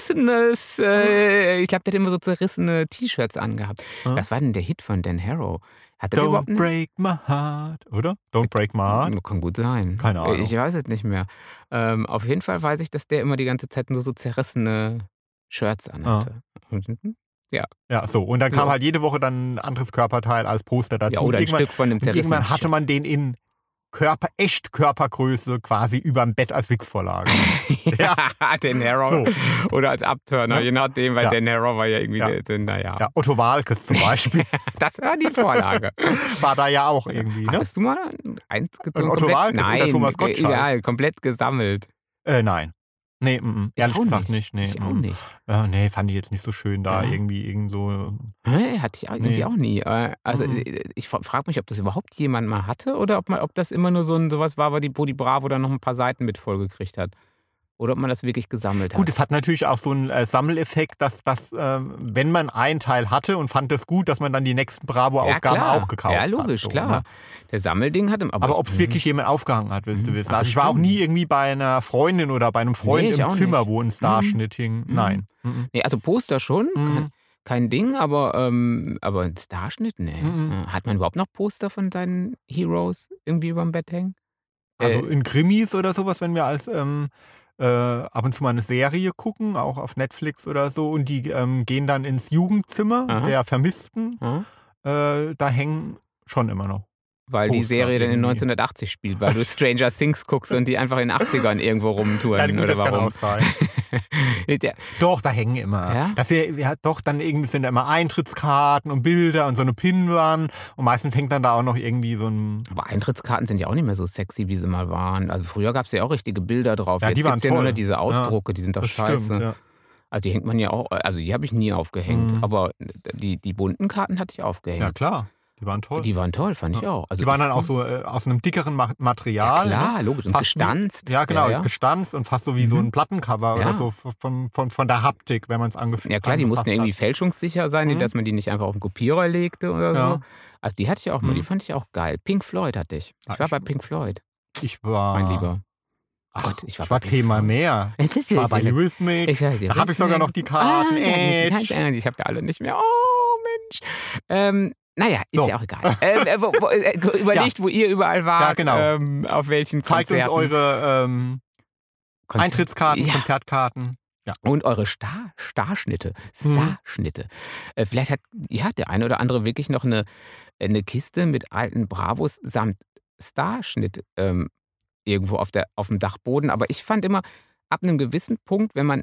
Zerrissenes. Äh, ich glaube, der hat immer so zerrissene T-Shirts angehabt.
Hm?
Was war denn der Hit von Dan Harrow? Hat der überhaupt Hm.
Don't
einen?
break my heart, oder? Don't break my heart.
Kann gut sein. Äh,
Keine Ahnung.
Ich weiß es nicht mehr. Ähm, auf jeden Fall weiß ich, dass der immer die ganze Zeit nur so zerrissene Shirts anhatte.
Ah.
Und- hm,
Ja, so. Und dann
So.
kam halt jede Woche dann ein anderes Körperteil als Poster dazu.
Ja, oder ein
Also irgendwann,
Stück von dem
und
zerrissenen
irgendwann hatte man den in Körper, echt Körpergröße quasi überm Bett als Wichsvorlage.
Shirt. ja, Dan Harrow.
So.
Oder als Abturner,
Ne?
je nachdem, weil
Ja.
Dan Harrow war ja irgendwie
Ja.
der, der naja.
Ja, Otto Walkes zum Beispiel
Das war die Vorlage.
war da ja auch irgendwie, ne?
Hattest du mal eins gezogen?
Otto
komplett?
Walkes und der
Nein,
Thomas
äh,
Gottschalk.
egal, komplett gesammelt.
Äh, nein. Nee, mm, mm.
Ich
ehrlich
auch
gesagt nicht. Nee,
ich auch
mm.
nicht.
Äh, nee, fand ich jetzt nicht so schön da
Ja.
irgendwie irgend so.
Hä? Hatte ich auch- irgendwie
Nee.
auch nie. Äh, Also
Mhm.
äh, ich frage mich, ob das überhaupt jemand mal hatte oder ob, man, ob das immer nur so ein sowas war, wo die, wo die Bravo dann noch ein paar Seiten mit vollgekriegt hat. Oder ob man das wirklich gesammelt hat.
Gut, es hat natürlich auch so einen äh, Sammeleffekt, dass, dass ähm, wenn man einen Teil hatte und fand das gut, dass man dann die nächsten Bravo-Ausgaben
klar.
auch gekauft
Ja,
hat.
logisch,
so,
klar.
Ne?
Der Sammelding hat im
Aber ob es wirklich jemand aufgehangen hat, willst du
Mhm.
wissen.
Ah,
Also ich war auch
bestimmt.
nie irgendwie bei einer Freundin oder bei einem Freund
Nee, ich
im
auch
Zimmer,
nicht.
wo ein Starschnitt hing.
Mhm.
Nein. Mhm.
Nee, also Poster schon,
Mhm.
kein, kein Ding, aber, ähm, aber ein Starschnitt, nee. Äh,
Mhm.
Hat man überhaupt noch Poster von seinen Heroes irgendwie überm Bett hängen?
Also
Äh,
in Krimis oder sowas, wenn wir als ähm, äh, ab und zu mal eine Serie gucken, auch auf Netflix oder so, und die ähm, gehen dann ins Jugendzimmer
Aha.
der Vermissten,
hm?
äh, da hängen schon immer noch.
Weil die
Poster
Serie dann in
irgendwie.
1980 spielt, weil du Stranger Things guckst und die einfach in den 80ern irgendwo
Ja,
rumtouren
gut,
oder
das kann
warum.
auch sein.
Ja,
Doch, da hängen immer.
Ja?
Das hier, ja, doch, dann irgendwie sind da immer Eintrittskarten und Bilder und so eine Pinnwand. Und meistens hängt dann da auch noch irgendwie so ein.
Aber Eintrittskarten sind ja auch nicht mehr so sexy, wie sie mal waren. Also früher gab es ja auch richtige Bilder drauf.
Ja,
Jetzt
die waren
gibt's ja nur
toll.
noch diese Ausdrucke, die sind doch
Das
scheiße.
stimmt, ja.
Also die hängt man ja auch, also die habe ich nie aufgehängt.
Mhm.
Aber die, die bunten Karten hatte ich
ja,
aufgehängt.
klar. Die waren toll. Die,
die waren toll, fand ich auch. Also
waren dann
ich-
auch so äh, aus einem dickeren Ma
Ja,
Material. ne?
klar, logisch. Und
Fast wie-
gestanzt.
Ja, genau,
Ja, ja.
gestanzt und fast so wie so
Mhm.
ein Plattencover
Ja.
oder so von, von, von der Haptik, wenn man es angefühlt
Ja, klar, die mussten ja irgendwie fälschungssicher sein,
Mhm.
dass man die nicht einfach auf den Kopierer legte oder so.
Ja.
Also die hatte ich auch mal, die
Mhm.
fand ich auch geil. Pink Floyd hatte ich. Ich
Ja,
war
ich-
bei Pink Floyd,
Ich war.
mein Lieber.
Ach,
Gott, ich
ich
war
war,
bei Pink
zehnmal
Floyd.
mehr. Ich war bei Eurythmics. Da habe ich sogar noch die
Ah,
Karten.
Ich,
Edge.
ich habe da alle nicht mehr. Oh, Mensch. Ähm, naja, ist
So.
ja auch egal. Ähm, äh, wo, wo, äh, überlegt, wo ihr überall wart.
genau.
Ähm, auf welchen
Zeigt uns
Konzerten.
eure ähm,
Konzer-
Eintrittskarten,
Ja,
Konzertkarten.
Und eure Star Starschnitte.
Mhm.
Starschnitte. Äh, vielleicht hat ja, der eine oder andere wirklich noch eine, eine Kiste mit alten Bravos samt Starschnitt ähm, irgendwo auf, der, auf dem Dachboden. Aber ich fand immer, ab einem gewissen Punkt, wenn man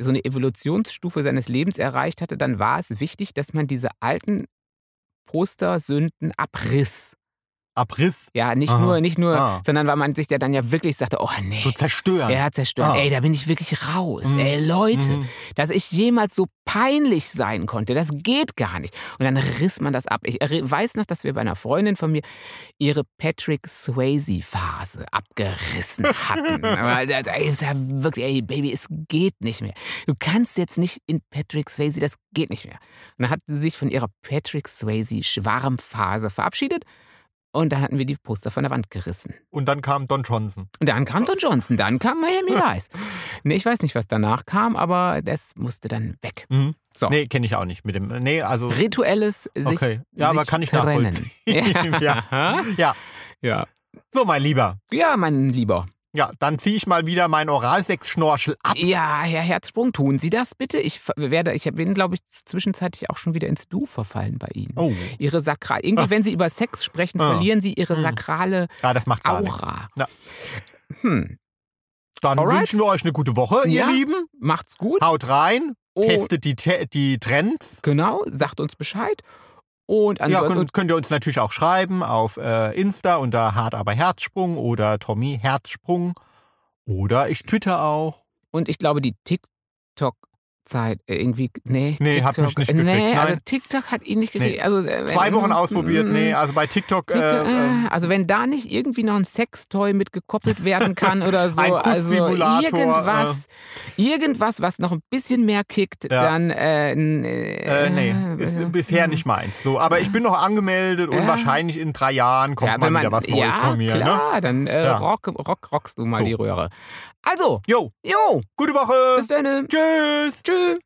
so eine Evolutionsstufe seines Lebens erreicht hatte, dann war es wichtig, dass man diese alten Postersünden abriss.
Abriss.
Ja, nicht
Aha.
nur, nicht nur,
Ah.
sondern weil man sich ja dann ja wirklich sagte, oh nee.
So zerstören.
Er hat zerstört.
Ah.
Ey, da bin ich wirklich raus.
Mhm.
Ey, Leute,
Mhm.
dass ich jemals so peinlich sein konnte, das geht gar nicht. Und dann riss man das ab. Ich erri- weiß noch, dass wir bei einer Freundin von mir ihre Patrick Swayze-Phase abgerissen hatten. Aber da- da ist ja wirklich, ey, Baby, es geht nicht mehr. Du kannst jetzt nicht in Patrick Swayze, das geht nicht mehr. Und dann hat sie sich von ihrer Patrick Swayze-Schwarmphase verabschiedet Und dann hatten wir die Poster von der Wand gerissen.
Und dann kam Don Johnson.
Und dann kam Don Johnson, dann kam Miami Vice. Nee, ich weiß nicht, was danach kam, aber das musste dann weg.
Mhm.
So.
Nee, kenne ich auch nicht mit dem. Nee, also.
Rituelles sich
Okay. Ja,
sich
aber kann ich
trennen.
nachvollziehen.
ja.
Ja.
ja.
So, mein Lieber.
Ja, mein Lieber.
Ja, dann ziehe ich mal wieder meinen Oralsex-Schnorchel ab.
Ja, Herr Herzsprung, tun Sie das bitte. Ich ver- werde, ich bin, glaube ich, zwischenzeitlich auch schon wieder ins Du verfallen bei Ihnen.
Oh.
Ihre sakral. Irgendwie, wenn Sie über Sex sprechen,
Ah.
verlieren Sie Ihre
Hm.
sakrale
Ja, das macht gar nichts.
Aura.
Ja.
Hm.
Dann
Alright.
wünschen wir euch eine gute Woche,
Ja. Oh.
ihr Lieben.
Macht's gut.
Haut rein,
Und,
testet die, Te die Trends.
genau, sagt uns Bescheid. Also, Und
Ja,
ansonsten.
könnt, könnt ihr uns natürlich auch schreiben auf äh, Insta unter Hart aber Herzsprung oder Tommy Herzsprung. Oder ich twitter auch.
Und ich glaube, die TikTok-Zeit äh, irgendwie. Nee,
Nee,
TikTok,
hat mich nicht gekriegt,
Nee, also
nein.
TikTok hat ihn nicht
Nee.
gekriegt. Also, äh,
Zwei
wenn-
Wochen ausprobiert,
mm,
nee, also bei TikTok.
TikTok,
äh, ähm,
äh, also wenn da nicht irgendwie noch ein Sextoy mit gekoppelt werden kann oder so,
Ein
also
Kusssimulator, äh.
irgendwas, irgendwas, was noch ein bisschen mehr kickt,
Ja.
dann äh, n- äh,
äh, nee, ist
äh,
bisher nicht meins. So, aber ich bin noch angemeldet und
Ja.
wahrscheinlich in drei Jahren kommt
ja,
mal
wenn man,
wieder was Neues
ja,
von mir. Ne?
klar, dann äh,
Ja.
rock, rock, rockst du mal
So. Äh.
die Röhre. Also,
Jo,
jo,
gute Woche.
bis dann.
Tschüss.
Tschüss.